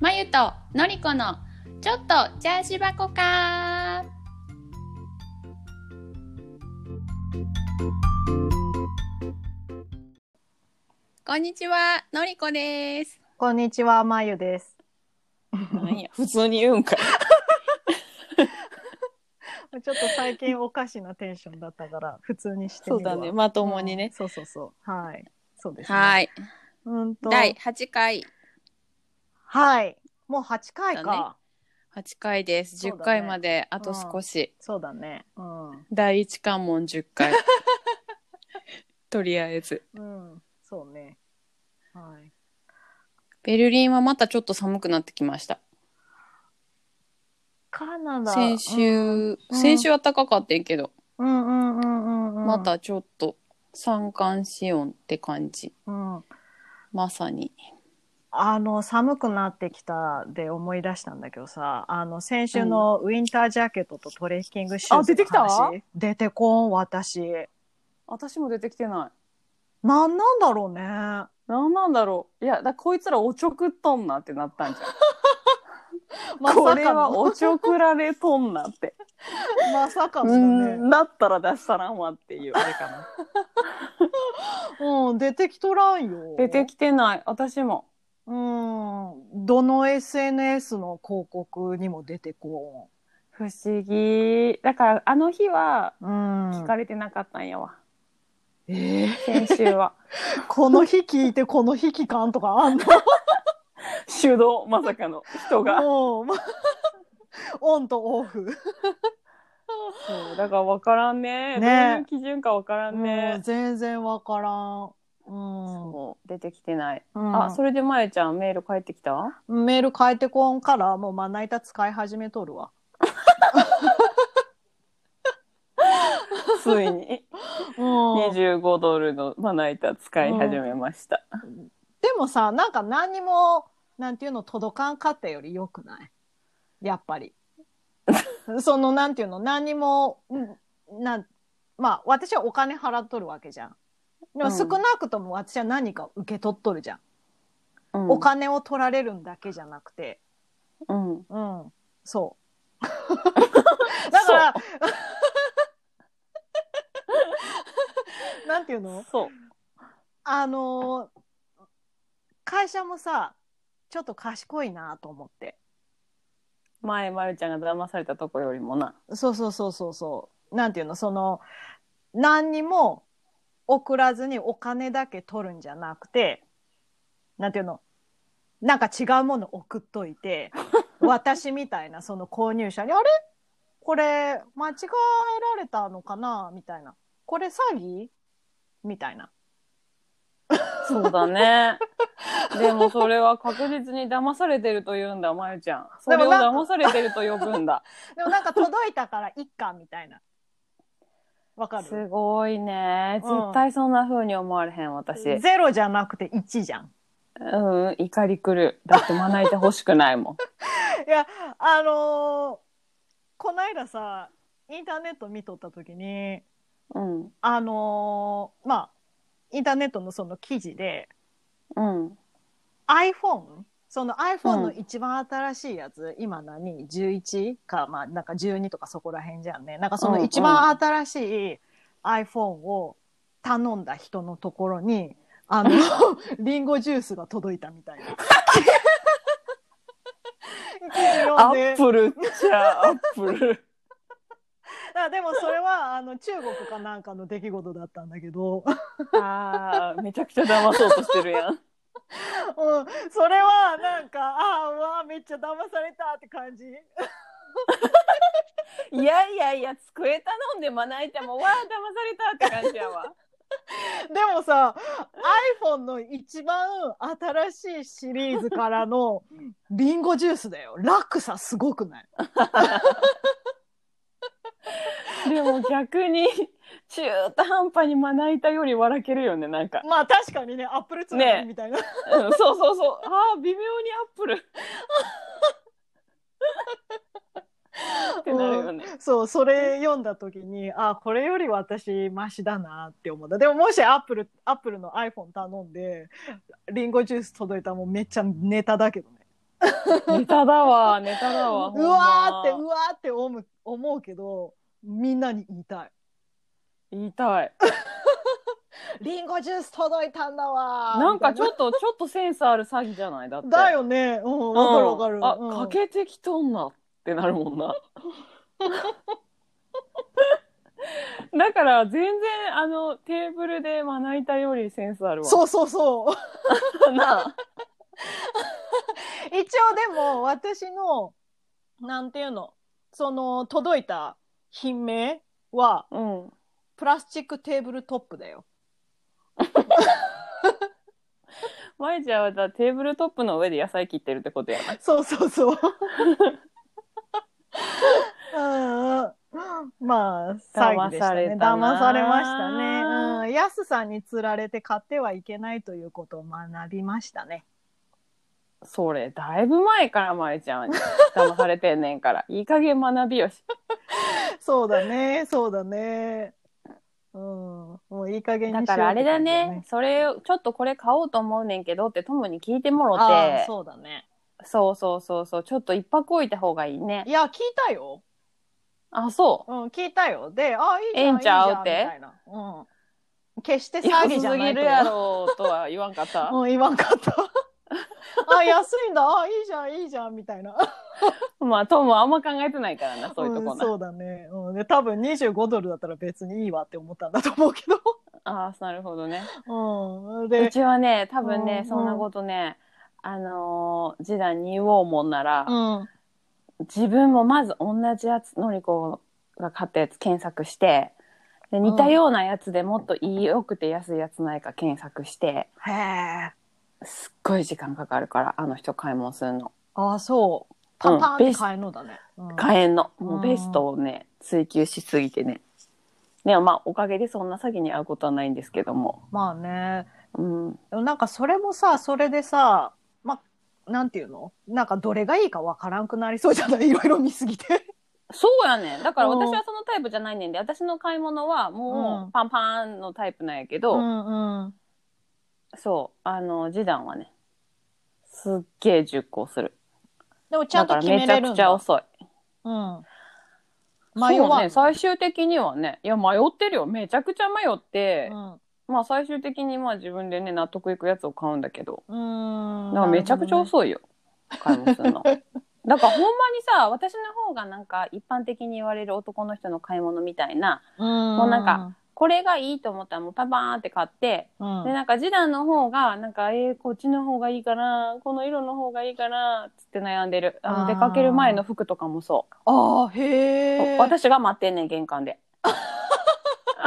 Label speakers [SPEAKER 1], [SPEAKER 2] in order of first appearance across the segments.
[SPEAKER 1] まゆとのりこのちょっとチャージ箱かこんにちはのりこです
[SPEAKER 2] こんにちは、まゆです。
[SPEAKER 3] なんや、普通に言うんかい。
[SPEAKER 2] ちょっと最近おかしなテンションだったから、 普通にして
[SPEAKER 3] そ
[SPEAKER 2] み
[SPEAKER 3] う
[SPEAKER 2] るわ
[SPEAKER 3] だね、まともに
[SPEAKER 2] うん
[SPEAKER 3] ね。
[SPEAKER 2] そうそうそう。はい。そうです、ね。。
[SPEAKER 1] はいい
[SPEAKER 2] うんと。
[SPEAKER 1] 第8回
[SPEAKER 2] はい。もう八回
[SPEAKER 1] だね
[SPEAKER 2] か。
[SPEAKER 1] 8回です
[SPEAKER 2] そう
[SPEAKER 1] 10
[SPEAKER 2] だね
[SPEAKER 1] 回まであと少し、
[SPEAKER 2] そうだね。うん。
[SPEAKER 3] 第一関門10回。 とりあえず。
[SPEAKER 2] うん。そうね。はい。
[SPEAKER 3] ベルリンはまたちょっと寒くなってきました。
[SPEAKER 2] カナダ。
[SPEAKER 3] 先週、
[SPEAKER 2] うん
[SPEAKER 3] 先週は高かったんやけど、
[SPEAKER 2] うん。うんうんうんうん。
[SPEAKER 3] ま。たちょっと三寒四温って感じ。
[SPEAKER 2] うん。
[SPEAKER 3] まさに。
[SPEAKER 2] あの寒くなってきたで思い出したんだけどさあの先週のウィンタージャケットとトレッキングシューズ
[SPEAKER 3] あ出て
[SPEAKER 2] の話、
[SPEAKER 3] きた
[SPEAKER 2] 出てこん私
[SPEAKER 3] 私も出てきてない。
[SPEAKER 2] なんなん だろうね
[SPEAKER 3] なんなんだろう。いや、だこいつらおちょくっとんなってなったんじゃん。
[SPEAKER 2] まさかのこれは
[SPEAKER 3] おちょくられとんなって。
[SPEAKER 2] まさか
[SPEAKER 3] う
[SPEAKER 2] のね
[SPEAKER 3] んだったら出したらんわっていうあれかな
[SPEAKER 2] うん出てきとらんよ
[SPEAKER 3] 出てきてない私も
[SPEAKER 2] うんどの SNS の広告にも出てこ
[SPEAKER 3] 不思議だからあの日は
[SPEAKER 2] んうん
[SPEAKER 3] 聞かれてなかったんやわ、
[SPEAKER 2] えー
[SPEAKER 3] 先週 は
[SPEAKER 2] この日聞いてこの日聞かんとかあんの
[SPEAKER 3] 手動まさかの人が
[SPEAKER 2] もうま オンとオフ
[SPEAKER 3] そうだから分からんね
[SPEAKER 2] ね
[SPEAKER 3] どういう基準か分からん
[SPEAKER 2] うん
[SPEAKER 3] ね、
[SPEAKER 2] 全然わからん。うん。
[SPEAKER 3] そう出てきてない、
[SPEAKER 2] うん
[SPEAKER 3] あそれでまゆちゃんメール返ってきた
[SPEAKER 2] メール変えてこんから、もうまな板使い始めとるわ。
[SPEAKER 3] ついに
[SPEAKER 2] うん。で
[SPEAKER 3] 25ドルのまな板使い始めました、
[SPEAKER 2] もさ、なんか何にも、なんていうの、届かんかったより良くないやっ ぱり。その、なんていうの、何にも、うんなん、まあ、私はお金払っとるわけじゃん。でも
[SPEAKER 3] うん
[SPEAKER 2] 少なくとも私は何か受け取っとるじゃん。
[SPEAKER 3] うん
[SPEAKER 2] お金を取られるんだけじゃなくて。
[SPEAKER 3] うん
[SPEAKER 2] うん、 そう。だから、 なんていうの
[SPEAKER 3] そう
[SPEAKER 2] あのー会社もさ、ちょっと賢いなと思って。
[SPEAKER 3] 前まゆちゃんが騙されたとこよりもな
[SPEAKER 2] そうそうそうそうそう。なんていうのその、何にも送らずにお金だけ取るんじゃなくて、なんていうのなんか違うもの送っといて、私みたいなその購入者に、あれこれ間違えられたのかなみたいな。これ詐欺みたいな。
[SPEAKER 3] そうだね。 でもそれは確実に騙されてると言うんだ、まゆちゃん。それ
[SPEAKER 2] で
[SPEAKER 3] を
[SPEAKER 2] もなんか
[SPEAKER 3] 騙されてると呼ぶんだ。
[SPEAKER 2] でもなんか届いたからいっかみたいな。 わかる
[SPEAKER 3] すごいね。
[SPEAKER 2] うん
[SPEAKER 3] 絶対そんな風に思われへん、私。うん、
[SPEAKER 2] ゼロじゃなくて1じゃん。
[SPEAKER 3] 怒り狂る。だってまな板欲しくないもん。
[SPEAKER 2] いやあのーこないださインターネット見とった時に
[SPEAKER 3] うん。
[SPEAKER 2] あのーまあインターネットのその記事で
[SPEAKER 3] うん。
[SPEAKER 2] iPhone その iPhone
[SPEAKER 3] う
[SPEAKER 2] の
[SPEAKER 3] ん
[SPEAKER 2] 一番新しいやつ、今何 ?11 か、まあなんか12とかそこら辺じゃんね。なんかそ
[SPEAKER 3] うんう
[SPEAKER 2] の
[SPEAKER 3] ん
[SPEAKER 2] 一番新しい iPhone を頼んだ人のところに、あの、リンゴジュースが届いたみたいな。記
[SPEAKER 3] ア
[SPEAKER 2] 事読んで
[SPEAKER 3] ップルっちゃアップル。
[SPEAKER 2] あでもそれはあの中国かなんかの出来事だったんだけど、うん、
[SPEAKER 3] ああ、めちゃくちゃ騙そうとしてるやん。
[SPEAKER 2] それはなんかああうわあめっちゃ騙されたって感じ
[SPEAKER 3] いやいやいや、机頼んでまな板も、わあ、騙されたって感じやわ。
[SPEAKER 2] でもさ iPhone の一番新しいシリーズからのリンゴジュースだよ落差すごくない
[SPEAKER 3] でも逆に、中途半端にまな板より笑けるよね、なんか。
[SPEAKER 2] まあ確かにねアップルツ
[SPEAKER 3] ね
[SPEAKER 2] ナ
[SPEAKER 3] え
[SPEAKER 2] みたいな、
[SPEAKER 3] うんそうそうそう。ああ、微妙にアップル。ってなるよね。
[SPEAKER 2] そうそれ読んだ時にああこれより私マシだなって思ったでももしアップルアップルの iPhone 頼んでリンゴジュース届いたらもうめっちゃネタだけどね
[SPEAKER 3] ネタだわ、ネタだわ。ほん
[SPEAKER 2] う
[SPEAKER 3] ま
[SPEAKER 2] わーって、うわーって思う思うけど、みんなに言いたい。
[SPEAKER 3] 言いたい。
[SPEAKER 2] リンゴジュース届いたんだわー
[SPEAKER 3] なんかちょ
[SPEAKER 2] み
[SPEAKER 3] っと、ちょっとセンスある詐欺じゃないだって。
[SPEAKER 2] たいなだよね。うん、
[SPEAKER 3] うん。
[SPEAKER 2] わかる
[SPEAKER 3] あ、
[SPEAKER 2] わかる。うん
[SPEAKER 3] かけてきとんなってなるもん な。だから、全然、あの、テーブルでまな板よりセンスあるわ。
[SPEAKER 2] そうそうそう。
[SPEAKER 3] うな。
[SPEAKER 2] 一応でも私のなんていうのその届いた品名は
[SPEAKER 3] うん。
[SPEAKER 2] プラスチックテーブルトップだよ。
[SPEAKER 3] まいちゃんはじゃあテーブルトップの上で野菜切ってるってことやな。
[SPEAKER 2] そうそう そう。うんうんまあ、詐欺でし
[SPEAKER 3] 騙さ
[SPEAKER 2] たね。
[SPEAKER 3] れたな
[SPEAKER 2] 騙されましたね。うん。安さんに釣られて買ってはいけないということを学びましたね。
[SPEAKER 3] それ、だいぶ前からまいちゃんに騙されてんねん から。いい加減学びよし。
[SPEAKER 2] そうだね、そうだね。うん。もういい加減にし
[SPEAKER 3] だ
[SPEAKER 2] ようって
[SPEAKER 3] からあれだね、
[SPEAKER 2] 感じ
[SPEAKER 3] それをちょっとこれ買おうと思うねんけどって友に聞いてもろ
[SPEAKER 2] だね。ああ、
[SPEAKER 3] て
[SPEAKER 2] そうだね。
[SPEAKER 3] そうそうそうそうちょっと一泊置いた方がいいね
[SPEAKER 2] いや、聞いたよ。
[SPEAKER 3] あそう
[SPEAKER 2] うん、聞いたよ。で、あ、いいじゃん、
[SPEAKER 3] ええんちゃう
[SPEAKER 2] いいじ
[SPEAKER 3] って
[SPEAKER 2] みたいな。うん。決して詐
[SPEAKER 3] 安
[SPEAKER 2] 欺じゃ
[SPEAKER 3] す
[SPEAKER 2] な
[SPEAKER 3] ぎ
[SPEAKER 2] いと
[SPEAKER 3] るやろとは言わんかっ た、
[SPEAKER 2] うん、言わんかった。あ、安いんだ。あ、いいじゃん、いいじゃん、みたいな。
[SPEAKER 3] まあ友はあんま考えてないからなそういうとこ
[SPEAKER 2] ん
[SPEAKER 3] な、
[SPEAKER 2] そうだね。うん。で、多分25ドルだったら別にいいわって思ったんだと思うけ
[SPEAKER 3] ああなるほどね
[SPEAKER 2] ど。うん。
[SPEAKER 3] う
[SPEAKER 2] で、
[SPEAKER 3] ちはね多分
[SPEAKER 2] うんう
[SPEAKER 3] ね
[SPEAKER 2] ん
[SPEAKER 3] そんなことねあのー、次男に言おうもんなら、
[SPEAKER 2] うん。
[SPEAKER 3] 自分もまず同じやつのりこが買ったやつ検索してで似たようなやつでもっといいよくて安いやつないか検索して、
[SPEAKER 2] へえ。
[SPEAKER 3] すっごい時間かかるからあの人買い物するの
[SPEAKER 2] あ、そう。パンパンって買えるのだね。うん
[SPEAKER 3] 買えんの
[SPEAKER 2] うん
[SPEAKER 3] もうベストをね追求しすぎてねでもまあおかげでそんな詐欺に遭うことはないんですけども
[SPEAKER 2] まあね。
[SPEAKER 3] うん
[SPEAKER 2] でもなんかそれもさ、それでさ、ま、なんていうのなんかどれがいいかわからんくなりそうじゃないい ろいろ見すぎて。
[SPEAKER 3] そうやねだから
[SPEAKER 2] うん
[SPEAKER 3] 私はそのタイプじゃないねんで私の買い物はも
[SPEAKER 2] うん
[SPEAKER 3] うパンパンのタイプなんやけど、
[SPEAKER 2] んうん。
[SPEAKER 3] そうあの示談はねすっげえ熟考する
[SPEAKER 2] でもちゃ
[SPEAKER 3] だから
[SPEAKER 2] んと決
[SPEAKER 3] め
[SPEAKER 2] め
[SPEAKER 3] ち
[SPEAKER 2] れ
[SPEAKER 3] ゃ
[SPEAKER 2] る
[SPEAKER 3] く
[SPEAKER 2] んだ。
[SPEAKER 3] ちゃ遅い
[SPEAKER 2] うん。迷
[SPEAKER 3] そう
[SPEAKER 2] わん
[SPEAKER 3] ね最終的にはねいや迷ってるよめちゃくちゃ迷って、
[SPEAKER 2] の。
[SPEAKER 3] まあ最終的にまあ自分でね納得いくやつを買うんだけど
[SPEAKER 2] うん。うーん。
[SPEAKER 3] なんかめちゃくちゃ
[SPEAKER 2] なる
[SPEAKER 3] 遅いよ、買い物するの。 だからほんまにさ私の方がなんか一般的に言われる男の人の買い物みたいな
[SPEAKER 2] ほどね。うん。
[SPEAKER 3] もうなんか、これがいいと思ったらもうパパーンって買って、
[SPEAKER 2] うん。
[SPEAKER 3] でなんか次男の方がなんかえー、こっちの方がいいかなこの色の方がいいかなつって悩んでるあ
[SPEAKER 2] あ
[SPEAKER 3] の
[SPEAKER 2] ー
[SPEAKER 3] 出かける前の服とかもそ
[SPEAKER 2] ああ、
[SPEAKER 3] う、
[SPEAKER 2] へえ。
[SPEAKER 3] 私が待ってんねん玄関 で。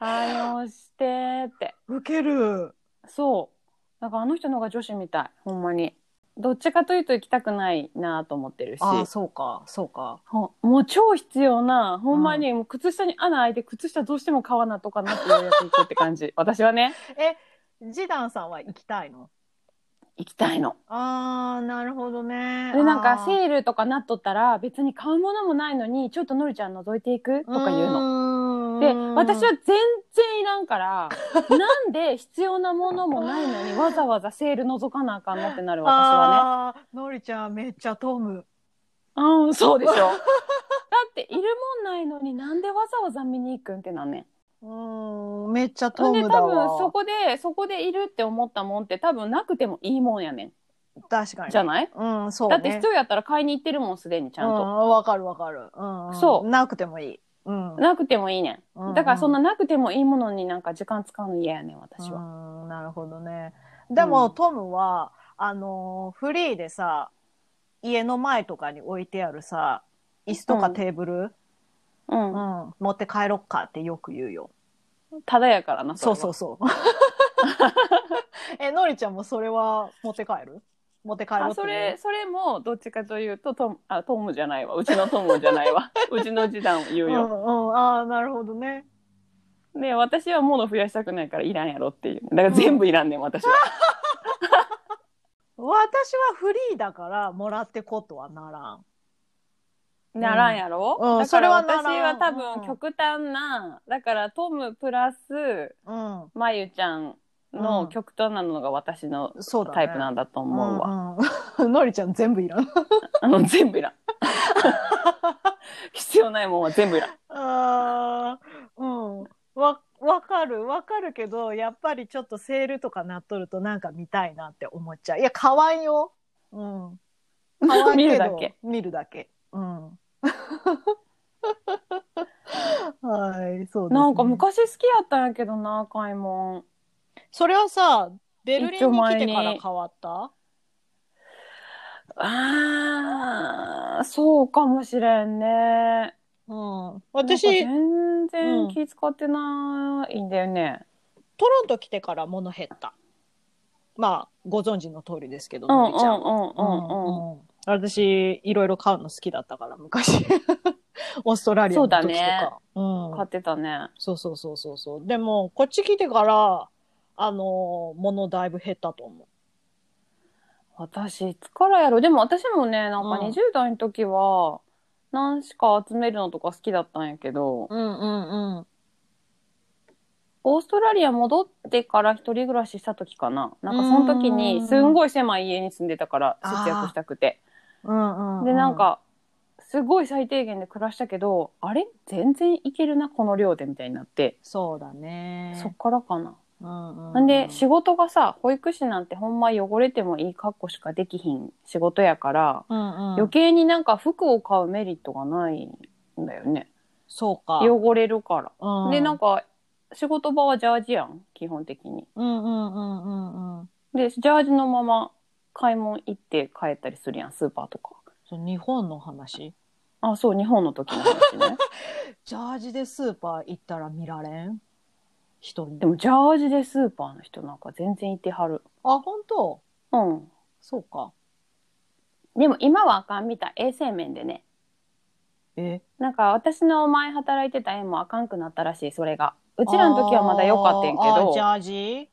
[SPEAKER 3] はよしてって。
[SPEAKER 2] 受ける。
[SPEAKER 3] そう。なんかあの人の方が女子みたい。ほんまに。どっちかというと行きたくないなと思ってるし。
[SPEAKER 2] ああ、そうか、そうか。
[SPEAKER 3] ほもう超必要な、ほんまにもう靴下に穴開いて、靴下どうしても買わなとかなっていうやつ行くって感 じ。私はね、
[SPEAKER 2] ジダンさんは行きたいの
[SPEAKER 3] 行きたいの。
[SPEAKER 2] ああ、なるほどね。
[SPEAKER 3] で、なんか
[SPEAKER 2] ー
[SPEAKER 3] セールとかなっとったら、別に買うものもないのに、ちょっとのりちゃん覗いていくとか言うの。
[SPEAKER 2] の
[SPEAKER 3] で、私は全然いらん から、なんで必要なものもないのに、わざわざセール覗かなあかんのってなる私はね。
[SPEAKER 2] ああ、のりちゃんめっちゃトム。
[SPEAKER 3] うん、そうで しょ。だって、いるもんないのになんでわざわざ見に行くんってなんねん。
[SPEAKER 2] うん、めっちゃ
[SPEAKER 3] ほ
[SPEAKER 2] ト
[SPEAKER 3] んで、
[SPEAKER 2] ム
[SPEAKER 3] 多
[SPEAKER 2] だ
[SPEAKER 3] 分、
[SPEAKER 2] わ。
[SPEAKER 3] そこで、そこでいるって思ったもんって多分なくてもいいもんやねん。
[SPEAKER 2] 確かに。
[SPEAKER 3] じゃない
[SPEAKER 2] うん、そう
[SPEAKER 3] だ
[SPEAKER 2] ね。
[SPEAKER 3] って必要やったら買いに行ってるもん、すでにちゃん
[SPEAKER 2] う
[SPEAKER 3] と。
[SPEAKER 2] ん、わかるわかる。うん。
[SPEAKER 3] そう
[SPEAKER 2] なくてもいい。うん。
[SPEAKER 3] なくてもいいね
[SPEAKER 2] うん
[SPEAKER 3] ん。だから、そんななくてもいいものになんか時間使うの嫌やねん、私は。
[SPEAKER 2] うんなるほどね。でも、
[SPEAKER 3] うん
[SPEAKER 2] トムは、あのーフリーでさ、家の前とかに置いてあるさ、椅子とか
[SPEAKER 3] うん
[SPEAKER 2] テーブル、
[SPEAKER 3] うん。
[SPEAKER 2] うん、持って帰ろっかってよく言うよ。
[SPEAKER 3] ただやからな、。
[SPEAKER 2] そうそううそう。 え、のりちゃんもそれは持って帰る持って帰ろう
[SPEAKER 3] あ、
[SPEAKER 2] って
[SPEAKER 3] そ
[SPEAKER 2] 言う
[SPEAKER 3] れ、それも、どっちかというと、トム、あ、トムじゃないわ。うちのトムじゃない わ。うちの次男を言
[SPEAKER 2] う
[SPEAKER 3] うんよ。
[SPEAKER 2] うん、ああ、なるほどね。
[SPEAKER 3] で、私は物増やしたくないからいらんやろっていう。だから全部いらんねん、私は。
[SPEAKER 2] 私はフリーだから、もらってことはならん。
[SPEAKER 3] ならんやろ、
[SPEAKER 2] うん
[SPEAKER 3] だ
[SPEAKER 2] うん
[SPEAKER 3] から
[SPEAKER 2] それは
[SPEAKER 3] 私
[SPEAKER 2] なら
[SPEAKER 3] は
[SPEAKER 2] ん
[SPEAKER 3] 多
[SPEAKER 2] うん
[SPEAKER 3] 分極端な、だからトムプラス
[SPEAKER 2] うん。
[SPEAKER 3] まゆちゃん
[SPEAKER 2] う
[SPEAKER 3] の
[SPEAKER 2] ん
[SPEAKER 3] 極端なのが私の
[SPEAKER 2] そうだね。
[SPEAKER 3] タイプなんだと思うわ。
[SPEAKER 2] んん のりちゃん全部いらん。
[SPEAKER 3] あの全部いらん 必要ないもんは全部いらん
[SPEAKER 2] あーうん。わ、わかる、わかるけど、やっぱりちょっとセールとかなっとるとなんか見たいなって思っちゃう。いや、買わんよ。うん。買わん
[SPEAKER 3] 見
[SPEAKER 2] け
[SPEAKER 3] るだ
[SPEAKER 2] ど
[SPEAKER 3] け。
[SPEAKER 2] 見るだけ。うん。 はい、そうです、ね。
[SPEAKER 3] なんか昔好きやったんやけどな買い物
[SPEAKER 2] それはさ、ベルリ
[SPEAKER 3] 一丁
[SPEAKER 2] ンに
[SPEAKER 3] 前
[SPEAKER 2] 来
[SPEAKER 3] に
[SPEAKER 2] てから変わった
[SPEAKER 3] あーそうかもしれんね
[SPEAKER 2] うん。
[SPEAKER 3] なん
[SPEAKER 2] 私、
[SPEAKER 3] か全
[SPEAKER 2] う
[SPEAKER 3] 然
[SPEAKER 2] ん
[SPEAKER 3] 気使ってないんだよね
[SPEAKER 2] トロント来てから物減った。まあ、ご存知の通りですけど、
[SPEAKER 3] うんうんうん
[SPEAKER 2] のりちゃん
[SPEAKER 3] う
[SPEAKER 2] は
[SPEAKER 3] んうん
[SPEAKER 2] うん私、いろいろ買うの好きだったから、昔。 オーストラリアの時とか。
[SPEAKER 3] そうだね
[SPEAKER 2] うん。
[SPEAKER 3] 買ってたね
[SPEAKER 2] そうそうそうそうそう。でも、こっち来てから、あのー、物だいぶ減ったと思
[SPEAKER 3] 私いつからやろでも私もねなんか
[SPEAKER 2] うん
[SPEAKER 3] 20代の時は何しか集めるのとか好きだったんやけど
[SPEAKER 2] う。うんうんうん。
[SPEAKER 3] オーストラリア戻ってから一人暮らしした時かななんかその時
[SPEAKER 2] う
[SPEAKER 3] に
[SPEAKER 2] ん
[SPEAKER 3] すんごい狭い家に住んでたから
[SPEAKER 2] あー
[SPEAKER 3] 節約したくて
[SPEAKER 2] うんうん、
[SPEAKER 3] でなん、かすごい最低限で暮らしたけどあれ全然いけるなこの量でみたいになって
[SPEAKER 2] そうだね。
[SPEAKER 3] そっからかな
[SPEAKER 2] うん
[SPEAKER 3] なんで仕事がさ保育士なんてほんま汚れてもいい格好しかできひん仕事やから
[SPEAKER 2] うんうん
[SPEAKER 3] 余、計になんか服を買うメリットがないんだよね
[SPEAKER 2] そうか。
[SPEAKER 3] 汚れるから、
[SPEAKER 2] うん、
[SPEAKER 3] でなんか仕事場はジャージやん基本的に
[SPEAKER 2] うんうんうんうんうん。
[SPEAKER 3] でジャージのまま買い物行って帰ったりするやんスーパーとか
[SPEAKER 2] そう日本の話
[SPEAKER 3] あそう日本の時の話 ね
[SPEAKER 2] ジャージでスーパー行ったら見られん人に
[SPEAKER 3] で。もジャージでスーパーの人なんか全然いてはる
[SPEAKER 2] あ、本当
[SPEAKER 3] うん
[SPEAKER 2] そうか。
[SPEAKER 3] でも今はあかんみたい衛生面でね
[SPEAKER 2] え
[SPEAKER 3] なんか私の前働いてた園もあかんくなったらしいそれがうちらの時はまだ良かったんやけ
[SPEAKER 2] あージ
[SPEAKER 3] ど
[SPEAKER 2] ャージ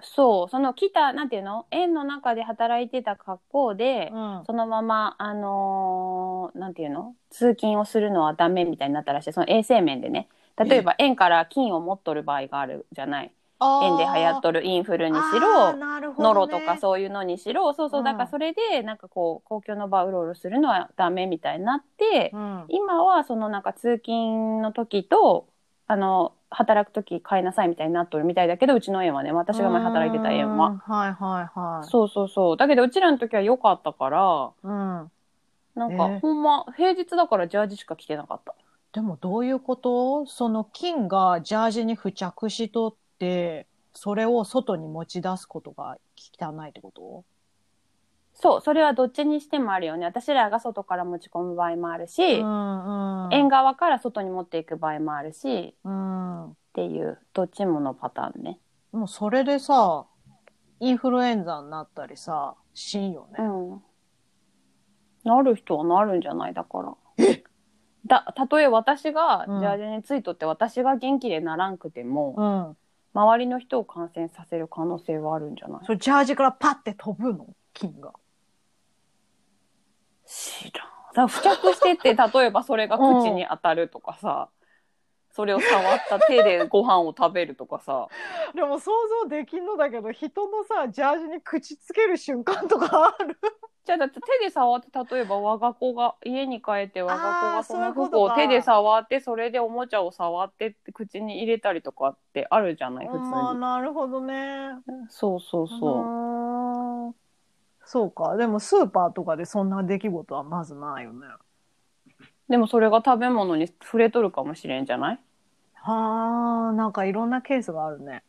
[SPEAKER 3] そうその来たなんていうの園の中で働いてた格好で、
[SPEAKER 2] うん。
[SPEAKER 3] そのままあのーなんていうの通勤をするのはダメみたいになったらしいその衛生面でね例えば園から菌を持っとる場合があるじゃない園で流行っ
[SPEAKER 2] る
[SPEAKER 3] とるインフルにし
[SPEAKER 2] あ
[SPEAKER 3] ろ
[SPEAKER 2] ーなるほど
[SPEAKER 3] ノ
[SPEAKER 2] ね
[SPEAKER 3] ロとかそういうのにしろそうそううんだからそれでなんかこう公共の場をうろうろするのはダメみたいになって、
[SPEAKER 2] うん。
[SPEAKER 3] 今はそのなんか通勤の時とあの働く時買いなさいみたいになっとるみたいだけどうちの園はね私が前働いてた園
[SPEAKER 2] うん
[SPEAKER 3] は。
[SPEAKER 2] はいはいはい。
[SPEAKER 3] そうそうそうだけどうちらの時は良かったから
[SPEAKER 2] うん。
[SPEAKER 3] なんか、
[SPEAKER 2] えー
[SPEAKER 3] ほんま平日だからジャージしか着てなかった
[SPEAKER 2] でもどういうことその菌がジャージに付着しとって、それを外に持ち出すことが汚いってこと
[SPEAKER 3] そうそれはどっちにしてもあるよね私らが外から持ち込む場合もあるし、
[SPEAKER 2] ん
[SPEAKER 3] 園側から外に持っていく場合もあるし
[SPEAKER 2] うん。
[SPEAKER 3] っていうどっちものパターンね
[SPEAKER 2] もうそれでさ、インフルエンザになったりさ、しんよ
[SPEAKER 3] う
[SPEAKER 2] ね。
[SPEAKER 3] んなる人はなるんじゃないだからだたとえ私がジ
[SPEAKER 2] うん
[SPEAKER 3] ャージについとって私が元気でならんくても、
[SPEAKER 2] うん。
[SPEAKER 3] 周りの人を感染させる可能性はあるんじゃない
[SPEAKER 2] それジャージからパッて飛ぶの菌が。
[SPEAKER 3] 知らんだから付着してて例えばそれが口に当たるとかさ、それを触った手でご飯を食べるとかさ
[SPEAKER 2] でも想像できんのだけど、人のさ、ジャージに口つける瞬間とかある。
[SPEAKER 3] じゃあだって手で触って例えば我が子が家に帰って我が子
[SPEAKER 2] あー
[SPEAKER 3] がその
[SPEAKER 2] そういうこ
[SPEAKER 3] 服
[SPEAKER 2] と
[SPEAKER 3] を
[SPEAKER 2] か
[SPEAKER 3] 手で触ってそれでおもちゃを触ってって口に入れたりとかってあるじゃない普通に。
[SPEAKER 2] ま あ、なるほどね。
[SPEAKER 3] そうそうそう。
[SPEAKER 2] うーん。そうか。でもスーパーとかでそんな出来事はまずないよね。
[SPEAKER 3] でもそれが食べ物に触れとるかもしれんじゃない
[SPEAKER 2] はあ、なんかいろんなケースがあるね。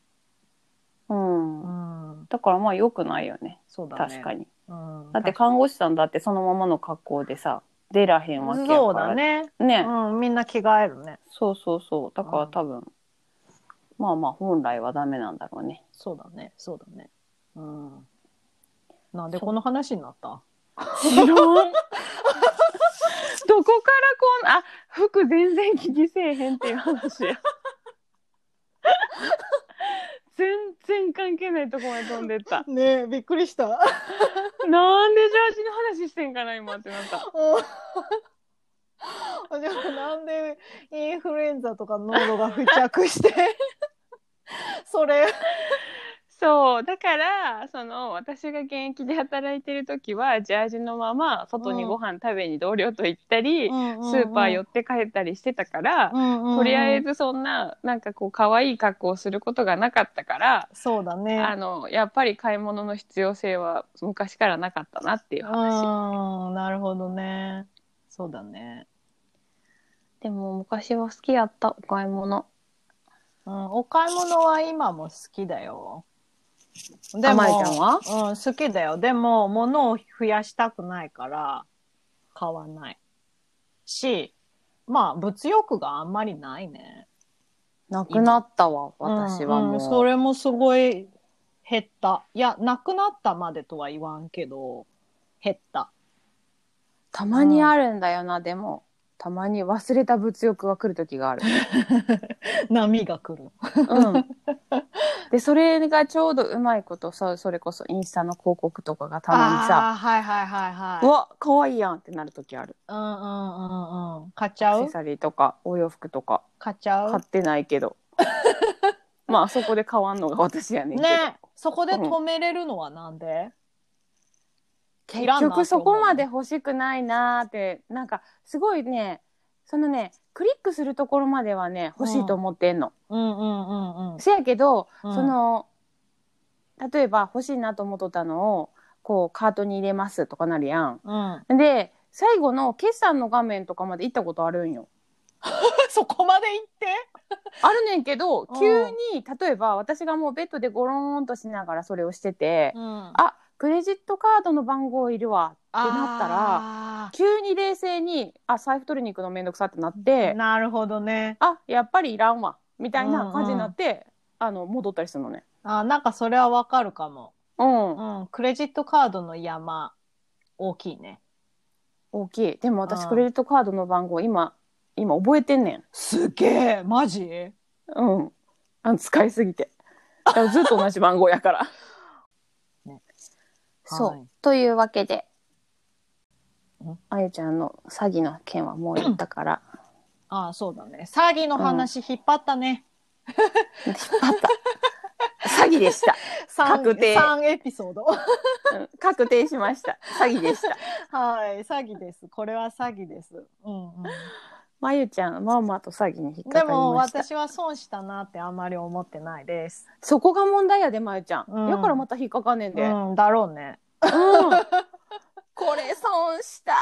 [SPEAKER 3] うん
[SPEAKER 2] う。ん。
[SPEAKER 3] だからまあ良くないよね。
[SPEAKER 2] そうだね。
[SPEAKER 3] 確かに。
[SPEAKER 2] うん。
[SPEAKER 3] だって看護師さんだってそのままの格好でさ、出らへんわけやから。
[SPEAKER 2] そうだ。ね。
[SPEAKER 3] ね。
[SPEAKER 2] うん、みんな着替えるね。
[SPEAKER 3] そうそうそう。だから多分、まあまあ本来はダメなんだろうね。
[SPEAKER 2] そうだね、そうだね。うん。なんでこの話になった
[SPEAKER 3] 知らんどこからこんあ服全然気にせえへんっていう話や。全然関係ないとこまで飛んでった。
[SPEAKER 2] ねえ、びっく りした。
[SPEAKER 3] なんでジャージの話してんかな今ってなった。
[SPEAKER 2] じゃあなんでイ ンフルエンザとか濃度が付着して、それ、
[SPEAKER 3] そうだからその私が現役で働いてる時はジャージのまま外にご飯食べに同僚と行ったり、スーパー寄って帰ったりしてたから、とりあえずそんななんかこう可愛い格好をすることがなかったから、
[SPEAKER 2] そうだね
[SPEAKER 3] あのやっぱり買い物の必要性は昔からなかったなっていう話、
[SPEAKER 2] うんなるほどねそうだね、
[SPEAKER 3] でも昔は好きやったお買い物
[SPEAKER 2] うん、お買い物は今も好きだよで
[SPEAKER 3] 甘いちゃんは
[SPEAKER 2] うん、好きだよでも物を増やしたくないから買わないしまあ物欲があんまりないね
[SPEAKER 3] なくなったわ私はもう、
[SPEAKER 2] んんそれもすごい減ったいやなくなったまでとは言わんけど減った
[SPEAKER 3] たまにあるんだよな、でもたまに忘れた物欲が来る時がある。
[SPEAKER 2] 波が来る
[SPEAKER 3] うん、でそれがちょうどうまいことさそれこそインスタの広告とかがたまにさ
[SPEAKER 2] あーはいはいはいは
[SPEAKER 3] 「
[SPEAKER 2] いう
[SPEAKER 3] わ可愛いやん」ってなる時ある
[SPEAKER 2] うんうんうんうん。買っち
[SPEAKER 3] ア
[SPEAKER 2] ゃ
[SPEAKER 3] ク
[SPEAKER 2] う
[SPEAKER 3] セサリーとかお洋服とか
[SPEAKER 2] 買っちゃ
[SPEAKER 3] 買っ
[SPEAKER 2] う
[SPEAKER 3] てないけ どまあそこで買わんのが私やねんけど、
[SPEAKER 2] ねそこで止めれるのはなんで、
[SPEAKER 3] 結
[SPEAKER 2] いらんなって思う
[SPEAKER 3] 局そこまで欲しくないなーってなんかすごいねそのねクリックするところまではね欲しいと思ってんの。
[SPEAKER 2] うん、うんうんうん
[SPEAKER 3] せやけど、
[SPEAKER 2] うん
[SPEAKER 3] その例えば欲しいなと思っとったのをこうカートに入れますとかなるやん。
[SPEAKER 2] うん。
[SPEAKER 3] で最後の決算の画面とかまで行ったことあるんよ。
[SPEAKER 2] そこまで行って
[SPEAKER 3] あるねんけど
[SPEAKER 2] うん
[SPEAKER 3] 急に例えば私がもうベッドでゴローンとしながらそれをしてて、
[SPEAKER 2] うん。あ、
[SPEAKER 3] あクレジットカードの番号いるわってなったら急に冷静にあ財布取りに行くのめんどくさってなって、
[SPEAKER 2] なるほどね。
[SPEAKER 3] あやっぱりいらんわみたいな感じになって、あの戻ったりするのね。
[SPEAKER 2] あ、なんかそれはわかるかも。
[SPEAKER 3] うん
[SPEAKER 2] うん。クレジットカードの山、大きいね。
[SPEAKER 3] 大きいでも
[SPEAKER 2] う
[SPEAKER 3] 私
[SPEAKER 2] ん
[SPEAKER 3] クレジットカードの番号今今覚えてんねん
[SPEAKER 2] すげえマジ
[SPEAKER 3] うんあの使いすぎてだからずっと同じ番号やから、
[SPEAKER 2] ね
[SPEAKER 3] そう、
[SPEAKER 2] はい
[SPEAKER 3] というわけで
[SPEAKER 2] ん
[SPEAKER 3] あゆちゃんの詐欺の件はもう言ったから
[SPEAKER 2] あそうだね。詐欺の話引っ張ったね。
[SPEAKER 3] 引っ張った詐欺で した、
[SPEAKER 2] 三
[SPEAKER 3] 確定
[SPEAKER 2] 三エピ ソード。
[SPEAKER 3] うん確定しました詐欺でした
[SPEAKER 2] はい、詐欺です。これは詐欺です。うんうん。
[SPEAKER 3] まゆちゃんまんまと詐欺に引っかか
[SPEAKER 2] で
[SPEAKER 3] り
[SPEAKER 2] も
[SPEAKER 3] ました
[SPEAKER 2] 私は損したなってあんまり思ってないです。
[SPEAKER 3] そこが問題やでまゆちゃん、
[SPEAKER 2] うん
[SPEAKER 3] だからまた引っかかんねんで、
[SPEAKER 2] うん、だろうね。
[SPEAKER 3] これ損した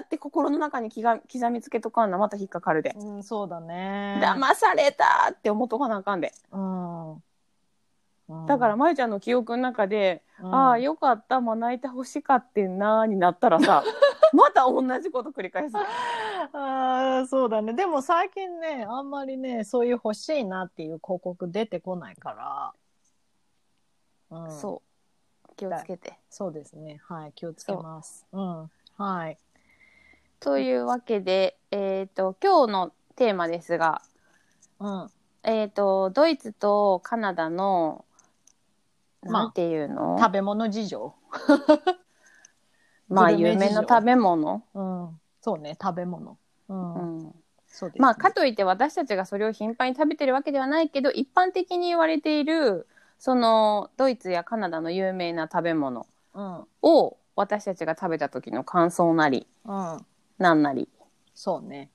[SPEAKER 3] ーって心の中に気が刻みつけとかんなまた引っかかるで、
[SPEAKER 2] うん、そうだね。
[SPEAKER 3] 騙されたーって思っとかなあかんで、
[SPEAKER 2] うん。うん
[SPEAKER 3] だから、まゆちゃんの記憶の中で「
[SPEAKER 2] うん
[SPEAKER 3] ああよかったまな板欲しかってんな」になったら さまた同じこと繰り返すの
[SPEAKER 2] あーそうだね。でも最近ね、あんまりね、そういう欲しいなっていう広告出てこないから。うん、う。
[SPEAKER 3] そう気をつけて。
[SPEAKER 2] そうですね。はい、気をつけます。うん。はい。
[SPEAKER 3] というわけで、えっと今日のテーマですが、
[SPEAKER 2] うん。
[SPEAKER 3] えっとドイツとカナダの
[SPEAKER 2] まあ
[SPEAKER 3] なんていうの、
[SPEAKER 2] 食べ物事情。
[SPEAKER 3] まあ
[SPEAKER 2] グルメ
[SPEAKER 3] 有
[SPEAKER 2] 事情
[SPEAKER 3] 名な食べ物、
[SPEAKER 2] うん。そうね、食べ物。うん。
[SPEAKER 3] うん、
[SPEAKER 2] そうです、ね。
[SPEAKER 3] まあ、かといって私たちがそれを頻繁に食べてるわけではないけど一般的に言われているそのドイツやカナダの有名な食べ物
[SPEAKER 2] うん。
[SPEAKER 3] を私たちが食べた時の感想なり
[SPEAKER 2] うん。
[SPEAKER 3] なんなり
[SPEAKER 2] そうね。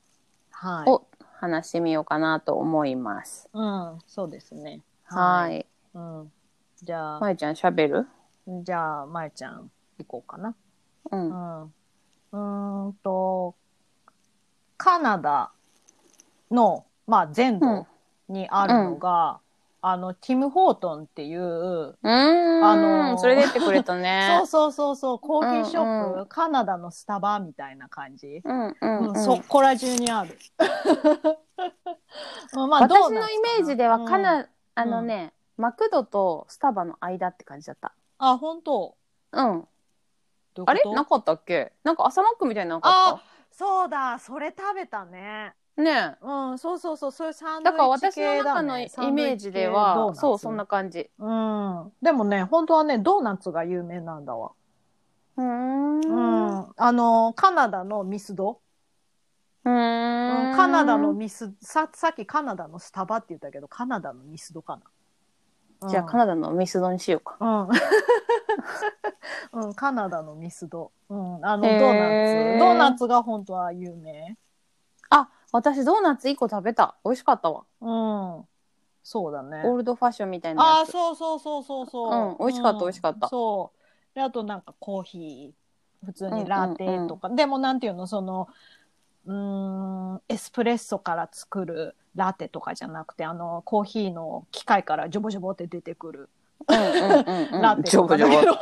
[SPEAKER 2] はい。
[SPEAKER 3] を話してみようかなと思います。
[SPEAKER 2] うん、そうですね。。
[SPEAKER 3] はいい、
[SPEAKER 2] うん。じゃあ、
[SPEAKER 3] まゆちゃんしゃべる、
[SPEAKER 2] じゃあ、まえちゃん、行こうかな。
[SPEAKER 3] うん
[SPEAKER 2] うん。うーんと、カナダの、まあ、全土にあるのが、あの、ティム・ホートンっていう、
[SPEAKER 3] うーん
[SPEAKER 2] あのー
[SPEAKER 3] それ出てくれた
[SPEAKER 2] そ
[SPEAKER 3] ね
[SPEAKER 2] う。そうそうそう、コーヒーショップ、
[SPEAKER 3] うんう
[SPEAKER 2] カナダのスタバみたいな感じ。
[SPEAKER 3] うんうん
[SPEAKER 2] うん
[SPEAKER 3] うん
[SPEAKER 2] そこら中にある。 うんまあどう
[SPEAKER 3] 私
[SPEAKER 2] な
[SPEAKER 3] のイ
[SPEAKER 2] んすかな
[SPEAKER 3] メージではカナ、
[SPEAKER 2] うん
[SPEAKER 3] あのね、マクドとスタバの間って感じだった。
[SPEAKER 2] あ、本当
[SPEAKER 3] うん、
[SPEAKER 2] どういうこと
[SPEAKER 3] あれなかったっけなんか朝マックみたいなのなかった
[SPEAKER 2] あ、そうだ、それ食べたね。
[SPEAKER 3] ねえ
[SPEAKER 2] うん、そうそうそう、そういうサンド
[SPEAKER 3] だ
[SPEAKER 2] イ
[SPEAKER 3] から
[SPEAKER 2] ッチ
[SPEAKER 3] 私の
[SPEAKER 2] 系だ、
[SPEAKER 3] 中の
[SPEAKER 2] ね
[SPEAKER 3] イ、メージではそうそんな。感じ
[SPEAKER 2] うん。でもね、本当はね、ドーナツが有名なんだわ。
[SPEAKER 3] うー
[SPEAKER 2] うんん。あの、カナダのミスド。うん、カ
[SPEAKER 3] カ
[SPEAKER 2] ナダのミス、さ、さっきカナダのスタバって言ったけど、カナダのミスドかな。
[SPEAKER 3] じゃあカナダのミスドにしようか。
[SPEAKER 2] うん。 うん、カナダのミスド。うん、あの、ド
[SPEAKER 3] へー
[SPEAKER 2] ーナツ。ドーナツが本当は有名。
[SPEAKER 3] あ私ドーナツ1個食べた美味しかったわ
[SPEAKER 2] うん。そうだね。
[SPEAKER 3] オールドファッションみたいな
[SPEAKER 2] あ
[SPEAKER 3] や
[SPEAKER 2] ー
[SPEAKER 3] つ
[SPEAKER 2] そうそうそうそうそう。
[SPEAKER 3] うん美味しかった美味しかった
[SPEAKER 2] そう。で、あとなんかコーヒー、普通にラテとか。でもなんていうの、その、うーん、エスプレッソから作るラテとかじゃなくて、あの、コーヒーの機械からジョボジョボって出てくる
[SPEAKER 3] うんうんうん
[SPEAKER 2] ラ
[SPEAKER 3] うん
[SPEAKER 2] テ
[SPEAKER 3] ジ
[SPEAKER 2] と
[SPEAKER 3] ョ
[SPEAKER 2] か
[SPEAKER 3] ブジ
[SPEAKER 2] だ
[SPEAKER 3] ョ
[SPEAKER 2] けど
[SPEAKER 3] ブ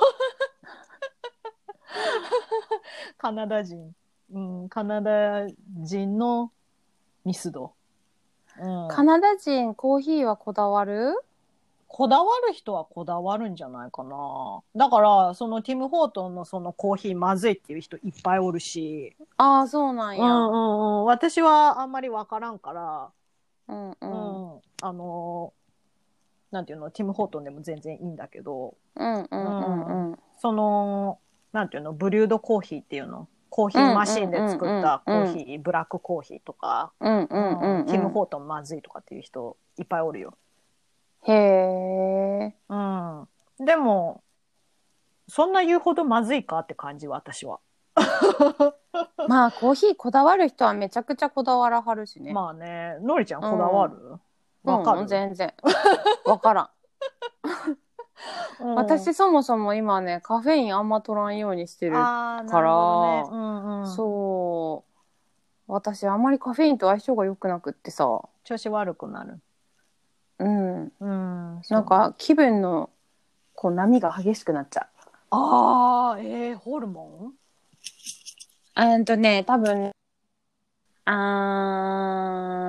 [SPEAKER 2] カナダ人、うん、カナダ人のミスド。うん、
[SPEAKER 3] カナダ人コーヒーはこだわる
[SPEAKER 2] こだわる人はこだわるんじゃないかな。だから、そのティム・ホートンのそのコーヒーまずいっていう人いっぱいおるし、
[SPEAKER 3] ああそうな
[SPEAKER 2] うんんう
[SPEAKER 3] や、
[SPEAKER 2] んうん、私はあんまりわからんから、
[SPEAKER 3] うんう
[SPEAKER 2] うんん、あのー、なんていうの、ティム・ホートンでも全然いいんだけど、
[SPEAKER 3] うんうんうんうん
[SPEAKER 2] その、なんていうの、ブリュードコーヒーっていうの、コーヒーマシンで作ったコーヒー、ブラックコーヒーとか、
[SPEAKER 3] うんうんうんうん
[SPEAKER 2] ティム・ホートンまずいとかっていう人いっぱいおるよ。
[SPEAKER 3] へえ
[SPEAKER 2] うん。でも、そんな言うほどまずいかって感じ、私は。
[SPEAKER 3] まあコーヒーこだわる人はめちゃくちゃこだわらはるしね、
[SPEAKER 2] まあね、のりちゃんこだわる
[SPEAKER 3] うん
[SPEAKER 2] わ、かる、
[SPEAKER 3] 全然わからん
[SPEAKER 2] うん
[SPEAKER 3] 私そもそも今ねカフェインあんま取らんようにしてる
[SPEAKER 2] あー
[SPEAKER 3] から
[SPEAKER 2] なるほどねうんうん
[SPEAKER 3] そう私あんまりカフェインと相性が良くなくってさ
[SPEAKER 2] 調子悪くなる。
[SPEAKER 3] うん
[SPEAKER 2] うん。
[SPEAKER 3] なんか気分のこう波が激しくなっちゃ
[SPEAKER 2] ああ、えー、ホルモ
[SPEAKER 3] ううんとね多分あ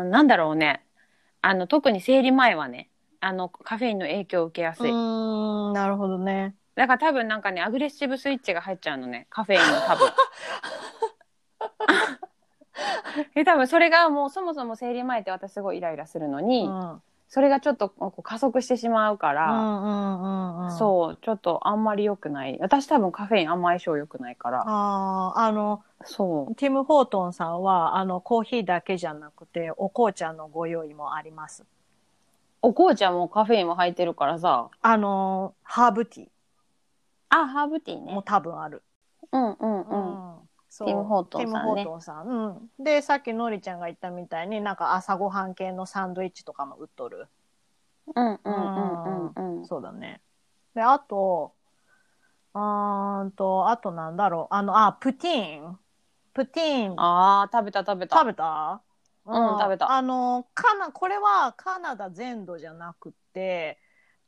[SPEAKER 3] ーなんだろうねあの特に生理前はねあのカフェインの影響を受けやす
[SPEAKER 2] ン
[SPEAKER 3] い、
[SPEAKER 2] うん、なるほどね。
[SPEAKER 3] だから多分なんかねアグレッシブスイッチが入っちゃうのねカフェインの多 分 え多分それがもうそもそも生理前って私すごいイライラするの
[SPEAKER 2] う
[SPEAKER 3] に、
[SPEAKER 2] ん。うん
[SPEAKER 3] それがちょっとこう加速してしまうか
[SPEAKER 2] う
[SPEAKER 3] ら、
[SPEAKER 2] んうんうん。う。
[SPEAKER 3] そうちょっとあんまり良くない私多分カフェインあんま相性良くないから
[SPEAKER 2] ああ、あの、
[SPEAKER 3] そう
[SPEAKER 2] ティム・ホートンさんは、あの、コーヒーだけじゃなくて、お紅茶のご用意もあります。
[SPEAKER 3] お紅茶もカフェインは入ってるからさ
[SPEAKER 2] あの、ハーブティ
[SPEAKER 3] あハーブティー
[SPEAKER 2] ーも多分ある。
[SPEAKER 3] うんうんうん
[SPEAKER 2] そう
[SPEAKER 3] ティムホートンさんね
[SPEAKER 2] ティムホートンさんうん、でさっきのりちゃんが言ったみたいになんか朝ごはん系のサンドイッチとかも売っとる
[SPEAKER 3] うんうんうんうんうん
[SPEAKER 2] そうだねであとうーんとあとなんだろうあのあプティーンプティーン
[SPEAKER 3] あー食べた食べた
[SPEAKER 2] 食べた
[SPEAKER 3] うん食べた
[SPEAKER 2] あのカナこれはカナダ全土じゃなくて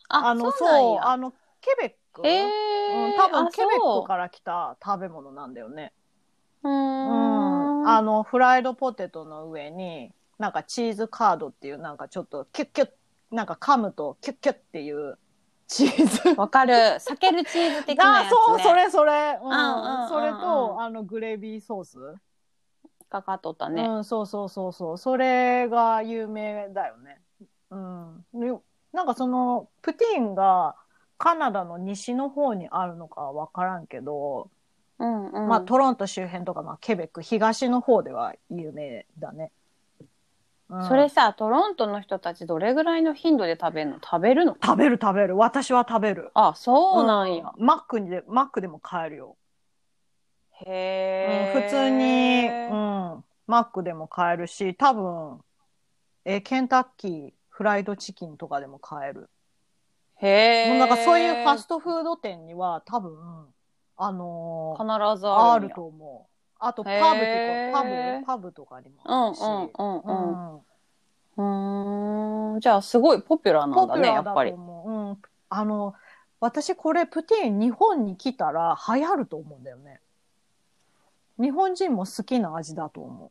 [SPEAKER 3] あ
[SPEAKER 2] の
[SPEAKER 3] そうなんや
[SPEAKER 2] あのケベック、
[SPEAKER 3] えー
[SPEAKER 2] うん、多分
[SPEAKER 3] あ
[SPEAKER 2] ケベッ
[SPEAKER 3] そう
[SPEAKER 2] クから来た食べ物なんだよね
[SPEAKER 3] うー
[SPEAKER 2] うん
[SPEAKER 3] ん
[SPEAKER 2] あのフライドポテトの上になんかチーズカードっていうなんかちょっとキュッキュッなんか噛むとキュッキュッっていうチーズ
[SPEAKER 3] わかる避けるチーズ的な
[SPEAKER 2] あ
[SPEAKER 3] やつ、ね、
[SPEAKER 2] そうそれそれ、うん
[SPEAKER 3] んうんうん
[SPEAKER 2] それとあのグレービーソース、
[SPEAKER 3] かかっとったね、
[SPEAKER 2] うんそうそうそうそうそれが有名だよねうんねなんかそのプティーンがカナダの西の方にあるのかは分からんけど、
[SPEAKER 3] うんうん
[SPEAKER 2] まあトロント周辺とか、まあ、ケベック東の方では有名だね、うん
[SPEAKER 3] それさトロントの人たちどれぐらいの頻度で食べるの食べるの
[SPEAKER 2] 食べる食べる私は食べる
[SPEAKER 3] あそうなんや、
[SPEAKER 2] マックにでマックでも買えるよ、うん
[SPEAKER 3] へえ、
[SPEAKER 2] 普通に、うん、マックでも買えるし多分えーケンタッキーフライドチキンとかでも買える、
[SPEAKER 3] へえ
[SPEAKER 2] もうなんかそういうファストフード店には多分あのー
[SPEAKER 3] 必ず
[SPEAKER 2] あ
[SPEAKER 3] あるん
[SPEAKER 2] る
[SPEAKER 3] や
[SPEAKER 2] と思うあとパブとか
[SPEAKER 3] へー
[SPEAKER 2] パブパブとかにも
[SPEAKER 3] うん
[SPEAKER 2] あるし、
[SPEAKER 3] うんうん
[SPEAKER 2] う
[SPEAKER 3] う
[SPEAKER 2] ん
[SPEAKER 3] んうーんじゃあすごいポピュラーなんだねやっぱり
[SPEAKER 2] 思う。うん、あの私これプティーン日本に来たら流行ると思うんだよね。日本人も好きな味だと思う。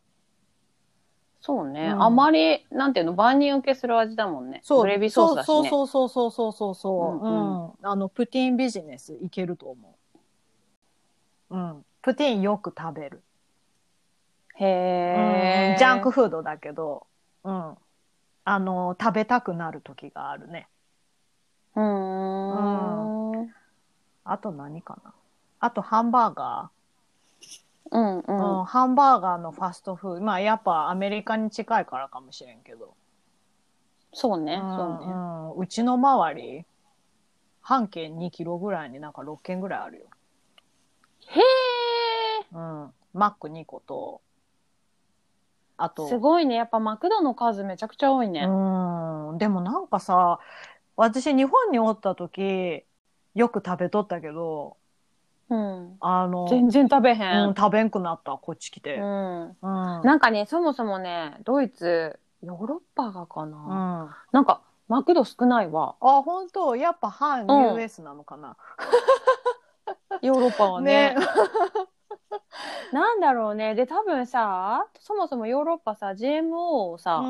[SPEAKER 3] そうね、
[SPEAKER 2] うん
[SPEAKER 3] あまりなんていうの万人受けする味だもんねグレービーソースだしね
[SPEAKER 2] そうそうそうそうそうそうそう。
[SPEAKER 3] うん
[SPEAKER 2] う
[SPEAKER 3] ん
[SPEAKER 2] あのプティーンビジネスいけると思う。うん。プティーンよく食べる。
[SPEAKER 3] へえ、
[SPEAKER 2] うんジャンクフードだけど、うん。あの食べたくなる時があるね。
[SPEAKER 3] うーんうん
[SPEAKER 2] あと何かな。あとハンバーガー。
[SPEAKER 3] うん
[SPEAKER 2] うん、ハンバーガーのファストフード、まあやっぱアメリカに近いからかもしれんけど、
[SPEAKER 3] そうね、
[SPEAKER 2] うん
[SPEAKER 3] そうね
[SPEAKER 2] うんうちの周り、半径2キロぐらいになんか6軒ぐらいあるよ。
[SPEAKER 3] へえ
[SPEAKER 2] うん。マック2個と、あと、
[SPEAKER 3] すごいねやっぱマクドの数めちゃくちゃ多いね、
[SPEAKER 2] うん。でもなんかさ、私日本におった時、よく食べとったけど、
[SPEAKER 3] うん、
[SPEAKER 2] あの、
[SPEAKER 3] 全然食べへ
[SPEAKER 2] うん
[SPEAKER 3] ん、
[SPEAKER 2] 食べんくなった、こっち来て。うん。
[SPEAKER 3] うん
[SPEAKER 2] うん。
[SPEAKER 3] なんかねそもそもねドイツヨーロッパがかな、
[SPEAKER 2] あ、
[SPEAKER 3] なんかマクド少ないわ
[SPEAKER 2] 本当やっぱ反
[SPEAKER 3] うん
[SPEAKER 2] US なのかな。
[SPEAKER 3] ヨーロッパはね
[SPEAKER 2] ね。
[SPEAKER 3] なんだろうねで多分さそもそもヨーロッパさ GMO を
[SPEAKER 2] う
[SPEAKER 3] さ、
[SPEAKER 2] んう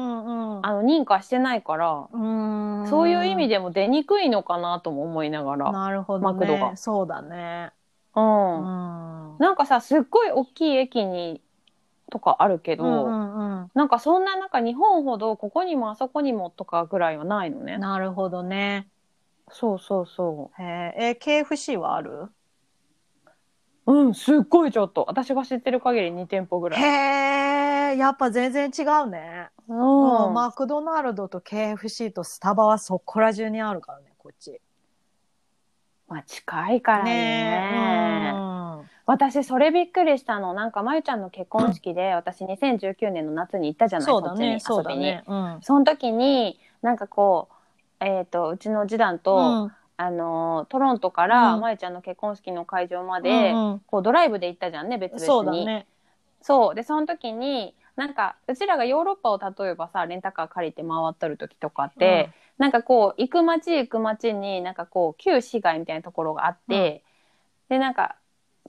[SPEAKER 2] ん
[SPEAKER 3] あの認可してないから、
[SPEAKER 2] うん
[SPEAKER 3] そういう意味でも出にくいのかなとも思いながら、
[SPEAKER 2] なるほど
[SPEAKER 3] マクド
[SPEAKER 2] ね
[SPEAKER 3] が
[SPEAKER 2] そうだねう
[SPEAKER 3] うん
[SPEAKER 2] ん
[SPEAKER 3] なんかさすっごい大きい駅にとかあるけど、
[SPEAKER 2] うんうん
[SPEAKER 3] なんかそんななんか日本ほどここにもあそこにもとかぐらいはないのね。
[SPEAKER 2] なるほどね
[SPEAKER 3] そうそうそ
[SPEAKER 2] へええ KFC はある
[SPEAKER 3] う。うん、すっごいちょっと。私が知ってる限り2店舗ぐらい。
[SPEAKER 2] へえやっぱ全然違うね
[SPEAKER 3] う
[SPEAKER 2] うんんマクドナルドと KFC とスタバはそこら中にあるからねこっち
[SPEAKER 3] まあ近いからね
[SPEAKER 2] ねえうん
[SPEAKER 3] 私それびっくりしたの。なんかまゆちゃんの結婚式で私2019年の夏に行ったじゃない
[SPEAKER 2] そうだね
[SPEAKER 3] そ
[SPEAKER 2] そ
[SPEAKER 3] っ
[SPEAKER 2] う
[SPEAKER 3] ちに
[SPEAKER 2] だ
[SPEAKER 3] 遊びに。
[SPEAKER 2] ねうん
[SPEAKER 3] その時になんかこう、えっ、と、うちの次男と、
[SPEAKER 2] うん
[SPEAKER 3] あのートロントから、
[SPEAKER 2] うん
[SPEAKER 3] まゆちゃんの結婚式の会場まで、
[SPEAKER 2] うんうん
[SPEAKER 3] こうドライブで行ったじゃんね別々に
[SPEAKER 2] そうだね
[SPEAKER 3] そうでその時になんかうちらがヨーロッパを例えばさレンタカー借りて回っとる時とかって、なんかこう行く街行く街になんかこう旧市街みたいなところがあって、でなんか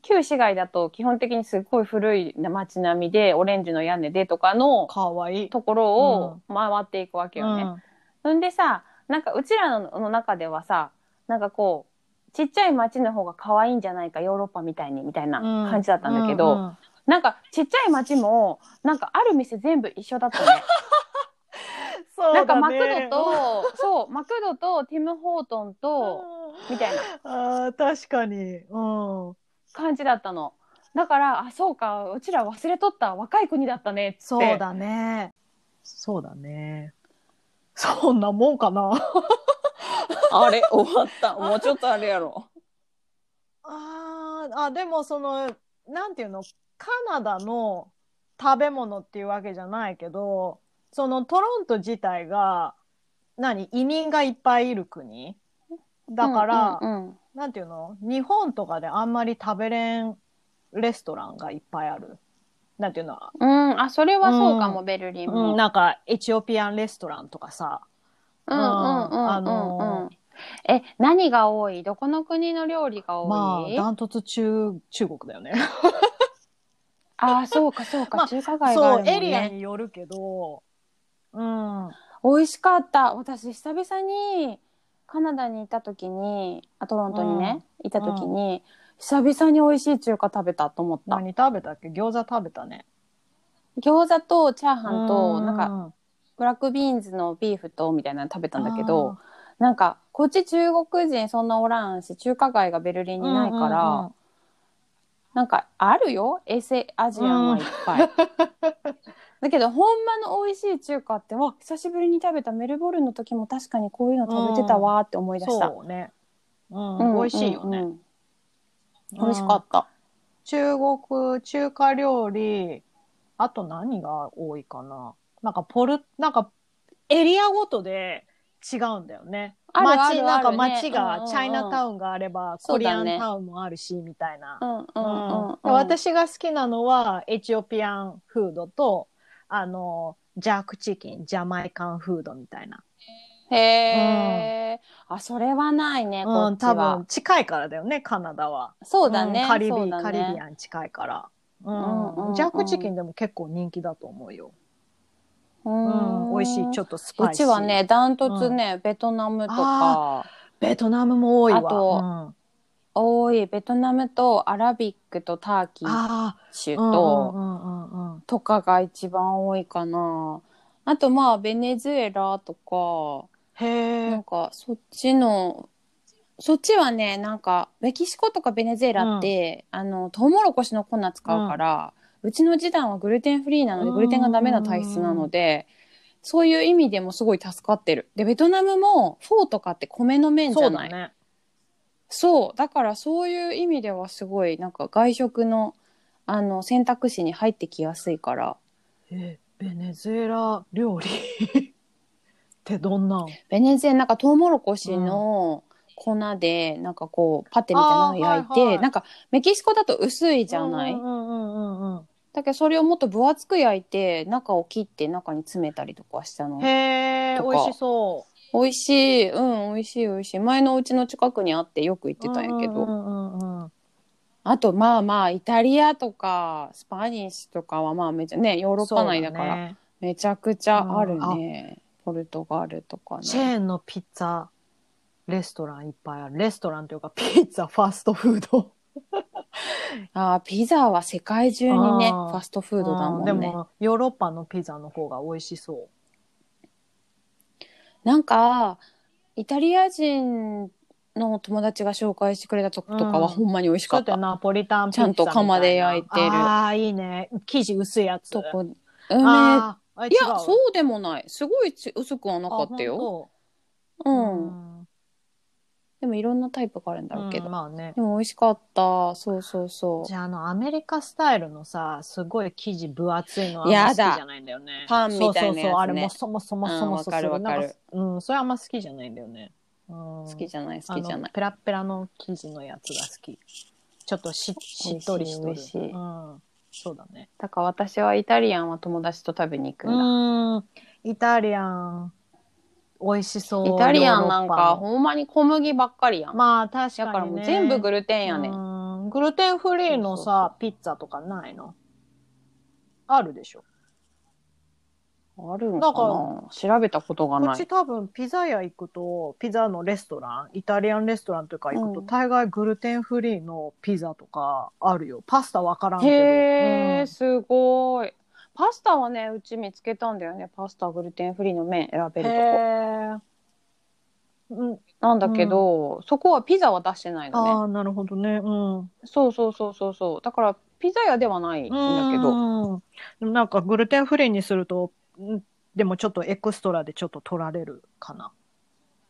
[SPEAKER 3] 旧市街だと基本的にすっごい古い街並みでオレンジの屋根でとかの
[SPEAKER 2] かわいい
[SPEAKER 3] ところを回っていくわけよね。んでさなんかうちらのの中ではさなんかこうちっちゃい町の方が可愛いんじゃないかヨーロッパみたいにみたいな
[SPEAKER 2] うん
[SPEAKER 3] 感じだったんだけど、
[SPEAKER 2] うんうん
[SPEAKER 3] なんかちっちゃい町もなんかある店全部一緒だったね。
[SPEAKER 2] そう
[SPEAKER 3] なんか
[SPEAKER 2] だ
[SPEAKER 3] マク
[SPEAKER 2] ね
[SPEAKER 3] ドとそうマクドとティム・ホートンと
[SPEAKER 2] うん
[SPEAKER 3] みたいな
[SPEAKER 2] あー確かに。うん。
[SPEAKER 3] 感じだったの。だからあそうかうちら忘れとった若い国だったねっつって
[SPEAKER 2] そうだね。そうだね。そんなもんかな。
[SPEAKER 4] あれ終わったもうちょっとあれやろ
[SPEAKER 2] あーあ、でもその、なんていうの、カナダの食べ物っていうわけじゃないけど、そのトロント自体が、何、移民がいっぱいいる国だから、
[SPEAKER 3] うんうんうん
[SPEAKER 2] なんていうの日本とかであんまり食べれんレストランがいっぱいある。なんていうの
[SPEAKER 3] うんあそれはそうかも、ベルリンも、
[SPEAKER 2] うん、なんかエチオピアンレストランとかさ、
[SPEAKER 3] うんうんうんうんうん
[SPEAKER 2] あの
[SPEAKER 3] え何が多いどこの国の料理が多い、
[SPEAKER 2] まあダントツ中中国だよね。
[SPEAKER 3] ああそうかそうか、
[SPEAKER 2] まあ
[SPEAKER 3] 中華街がある も、
[SPEAKER 2] そうん
[SPEAKER 3] ね、
[SPEAKER 2] エリアによるけど、うん、
[SPEAKER 3] 美味しかった私久々にカナダに行った時にあトロントにね、行った時に、久々に美味しい中華食べたと思った
[SPEAKER 2] 何食べたっけ？餃子食べたね。
[SPEAKER 3] 餃子とチャーハンと、
[SPEAKER 2] う
[SPEAKER 3] なんかブラックビーンズのビーフとみたいなの食べたんだけ
[SPEAKER 2] あ
[SPEAKER 3] どなんかこっち中国人そんなおらんし中華街がベルリンにないから、なんかあるよエセアジアンはいっぱい。 だけどほんまの美味しい中華ってわ久しぶりに食べたメルボルンの時も確かにこういうの食べてたわーって思い出した。
[SPEAKER 2] そうね、う
[SPEAKER 3] うん
[SPEAKER 2] ん、美味しいよね。
[SPEAKER 3] うんうん美味しか
[SPEAKER 2] うん
[SPEAKER 3] った。
[SPEAKER 2] 中国中華料理あと何が多いかななんかポルなんかエリアごとで違うんだよね
[SPEAKER 3] あるあるあるね
[SPEAKER 2] 街なんか街
[SPEAKER 3] うんうん
[SPEAKER 2] が
[SPEAKER 3] うん
[SPEAKER 2] チャイナタウンがあれば
[SPEAKER 3] そ
[SPEAKER 2] コ
[SPEAKER 3] う
[SPEAKER 2] リア
[SPEAKER 3] だ
[SPEAKER 2] ン
[SPEAKER 3] ね
[SPEAKER 2] タウンもあるしみたいな
[SPEAKER 3] うんうんう
[SPEAKER 2] うん
[SPEAKER 3] んうん。
[SPEAKER 2] で私が好きなのはエチオピアンフードとあのジャークチキンジャマイカンフードみたいな、
[SPEAKER 3] へえ。あそれはないねこ
[SPEAKER 2] う
[SPEAKER 3] っ
[SPEAKER 2] ん、
[SPEAKER 3] ち
[SPEAKER 2] 多
[SPEAKER 3] は
[SPEAKER 2] 分。近いからだよねカナダは
[SPEAKER 3] そうだね
[SPEAKER 2] ん。カリビ
[SPEAKER 3] そうだね
[SPEAKER 2] カリビアン近いから、うん
[SPEAKER 3] うんうんうん
[SPEAKER 2] ジャックチキンでも結構人気だと思うよ、
[SPEAKER 3] うん
[SPEAKER 2] うん、美味しいちょっとス
[SPEAKER 3] う
[SPEAKER 2] パイシ
[SPEAKER 3] ち
[SPEAKER 2] ー
[SPEAKER 3] はねダントツねベトナムとか
[SPEAKER 2] ベトナムも多いわ
[SPEAKER 3] あと多いベトナムとアラビックとターキ
[SPEAKER 2] うん、
[SPEAKER 3] ッ
[SPEAKER 2] あ
[SPEAKER 3] シュ
[SPEAKER 2] ー
[SPEAKER 3] と。
[SPEAKER 2] うんうんうんうん
[SPEAKER 3] とかが一番多いかな。あとまあベネズエラとか、
[SPEAKER 2] へ
[SPEAKER 3] な
[SPEAKER 2] え
[SPEAKER 3] んかそっちのそっちはねなんかメキシコとかベネズエラって、あのトウモロコシの粉使うから、うちの次男はグルテンフリーなので
[SPEAKER 2] うん
[SPEAKER 3] グルテンがダメな体質なので、そういう意味でもすごい助かってる。でベトナムもフォーとかって米の麺じゃ
[SPEAKER 2] そう
[SPEAKER 3] な
[SPEAKER 2] だ
[SPEAKER 3] い。
[SPEAKER 2] ね
[SPEAKER 3] そうだからそういう意味ではすごいなんか外食のあの選択肢に入ってきやすいから
[SPEAKER 2] えベネズエラ料理ってどんなん
[SPEAKER 3] ベネズエラなんかトウモロコシの粉でなんかこうパテみたいなのを焼いて、
[SPEAKER 2] あーはいはい
[SPEAKER 3] なんかメキシコだと薄いじゃない、
[SPEAKER 2] うんうんうんうん
[SPEAKER 3] だけどそれをもっと分厚く焼いて中を切って中に詰めたりとかしたの
[SPEAKER 2] うんへえ
[SPEAKER 3] と
[SPEAKER 2] 美
[SPEAKER 3] か
[SPEAKER 2] 味しそ
[SPEAKER 3] 美味しいうん美味しい美味しい前のうちの近くにあってよく行っ
[SPEAKER 2] う
[SPEAKER 3] てたんやけど、
[SPEAKER 2] うんうんうんうん
[SPEAKER 3] あとまあまあイタリアとかスパニッシュとかはまあめちゃねヨーロッパ内だから
[SPEAKER 2] そうね
[SPEAKER 3] めちゃくちゃあるね、ポルトガルとか
[SPEAKER 2] チ
[SPEAKER 3] ね
[SPEAKER 2] ェーンのピッツァレストランいっぱいあるレストランというかピッツァファストフード
[SPEAKER 3] あーピザは世界中にね
[SPEAKER 2] あ
[SPEAKER 3] フ
[SPEAKER 2] ー
[SPEAKER 3] ァストフードだも
[SPEAKER 2] で
[SPEAKER 3] んね
[SPEAKER 2] もヨーロッパのピザの方が美味しそ
[SPEAKER 3] なんかイタリア人の友達が紹介してくれたとことかは
[SPEAKER 2] うん
[SPEAKER 3] ほんまに美味
[SPEAKER 2] う
[SPEAKER 3] し
[SPEAKER 2] ちょ
[SPEAKER 3] か
[SPEAKER 2] っ
[SPEAKER 3] った、
[SPEAKER 2] とナポリタンピッツァみた
[SPEAKER 3] ちゃ
[SPEAKER 2] いなん
[SPEAKER 3] と釜で焼いてる
[SPEAKER 2] ああいいね生地薄いやつ
[SPEAKER 3] とこ、うんね
[SPEAKER 2] あーあ
[SPEAKER 3] いや
[SPEAKER 2] う
[SPEAKER 3] そうでもないすごいち薄くはなかったよ
[SPEAKER 2] よ
[SPEAKER 3] うん、でもいろんなタイプがあるんだろうけど、
[SPEAKER 2] まあね
[SPEAKER 3] でも美味しかったそうそうそう
[SPEAKER 2] じゃああのアメリカスタイルのさすごい生地分厚いのはあんま好きじゃないんだよね
[SPEAKER 3] やだパンみたいなやつね
[SPEAKER 2] そうそうそうあれもそもそもそもそも
[SPEAKER 3] うんわかるわかる
[SPEAKER 2] なんかうんそれあんま好きじゃないんだよね好
[SPEAKER 3] 好きじゃない好
[SPEAKER 2] あ
[SPEAKER 3] き
[SPEAKER 2] の
[SPEAKER 3] じゃない
[SPEAKER 2] ペラッペラの生地のやつが好き。ちょっとししっとりしと
[SPEAKER 3] 美
[SPEAKER 2] る。
[SPEAKER 3] 味しい美味しい
[SPEAKER 2] うん。そうだね。
[SPEAKER 3] だから私はイタリアンは友達と食べに行くんだ、
[SPEAKER 2] うん。イタリアン、美味しそう。
[SPEAKER 3] イタリアンなん
[SPEAKER 2] ヨ
[SPEAKER 3] か
[SPEAKER 2] ーロッパの
[SPEAKER 3] ほんまに小麦ばっかりやん、
[SPEAKER 2] まあ確か
[SPEAKER 3] だ
[SPEAKER 2] に、ね。
[SPEAKER 3] からもう全部グルテンやね、
[SPEAKER 2] うんグルテンフリーのさ、ピッツァとかないのあるでしょ。
[SPEAKER 3] あるんかな調べたことが
[SPEAKER 2] う
[SPEAKER 3] な
[SPEAKER 2] ち
[SPEAKER 3] い
[SPEAKER 2] 多分ピザ屋行くと、ピザのレストラン、イタリアンレストランとか行くと、
[SPEAKER 3] うん
[SPEAKER 2] 大概グルテンフリーのピザとかあるよ。パスタわからんけど。
[SPEAKER 3] へ
[SPEAKER 2] う
[SPEAKER 3] え
[SPEAKER 2] ん
[SPEAKER 3] すごいパスタはねうち見つけたんだよねパスタグルテンフリーの麺選べるとこ
[SPEAKER 2] へえ。うん、
[SPEAKER 3] なんだけど、そこはピザは出してないのね
[SPEAKER 2] ああ、なるほどね。うん。うん
[SPEAKER 3] そうそうそうそうそうだからピザ屋ではないんだけど
[SPEAKER 2] でもなんかグルテンフリーにすると、うんでもちょっとエクストラでちょっと取られるかな。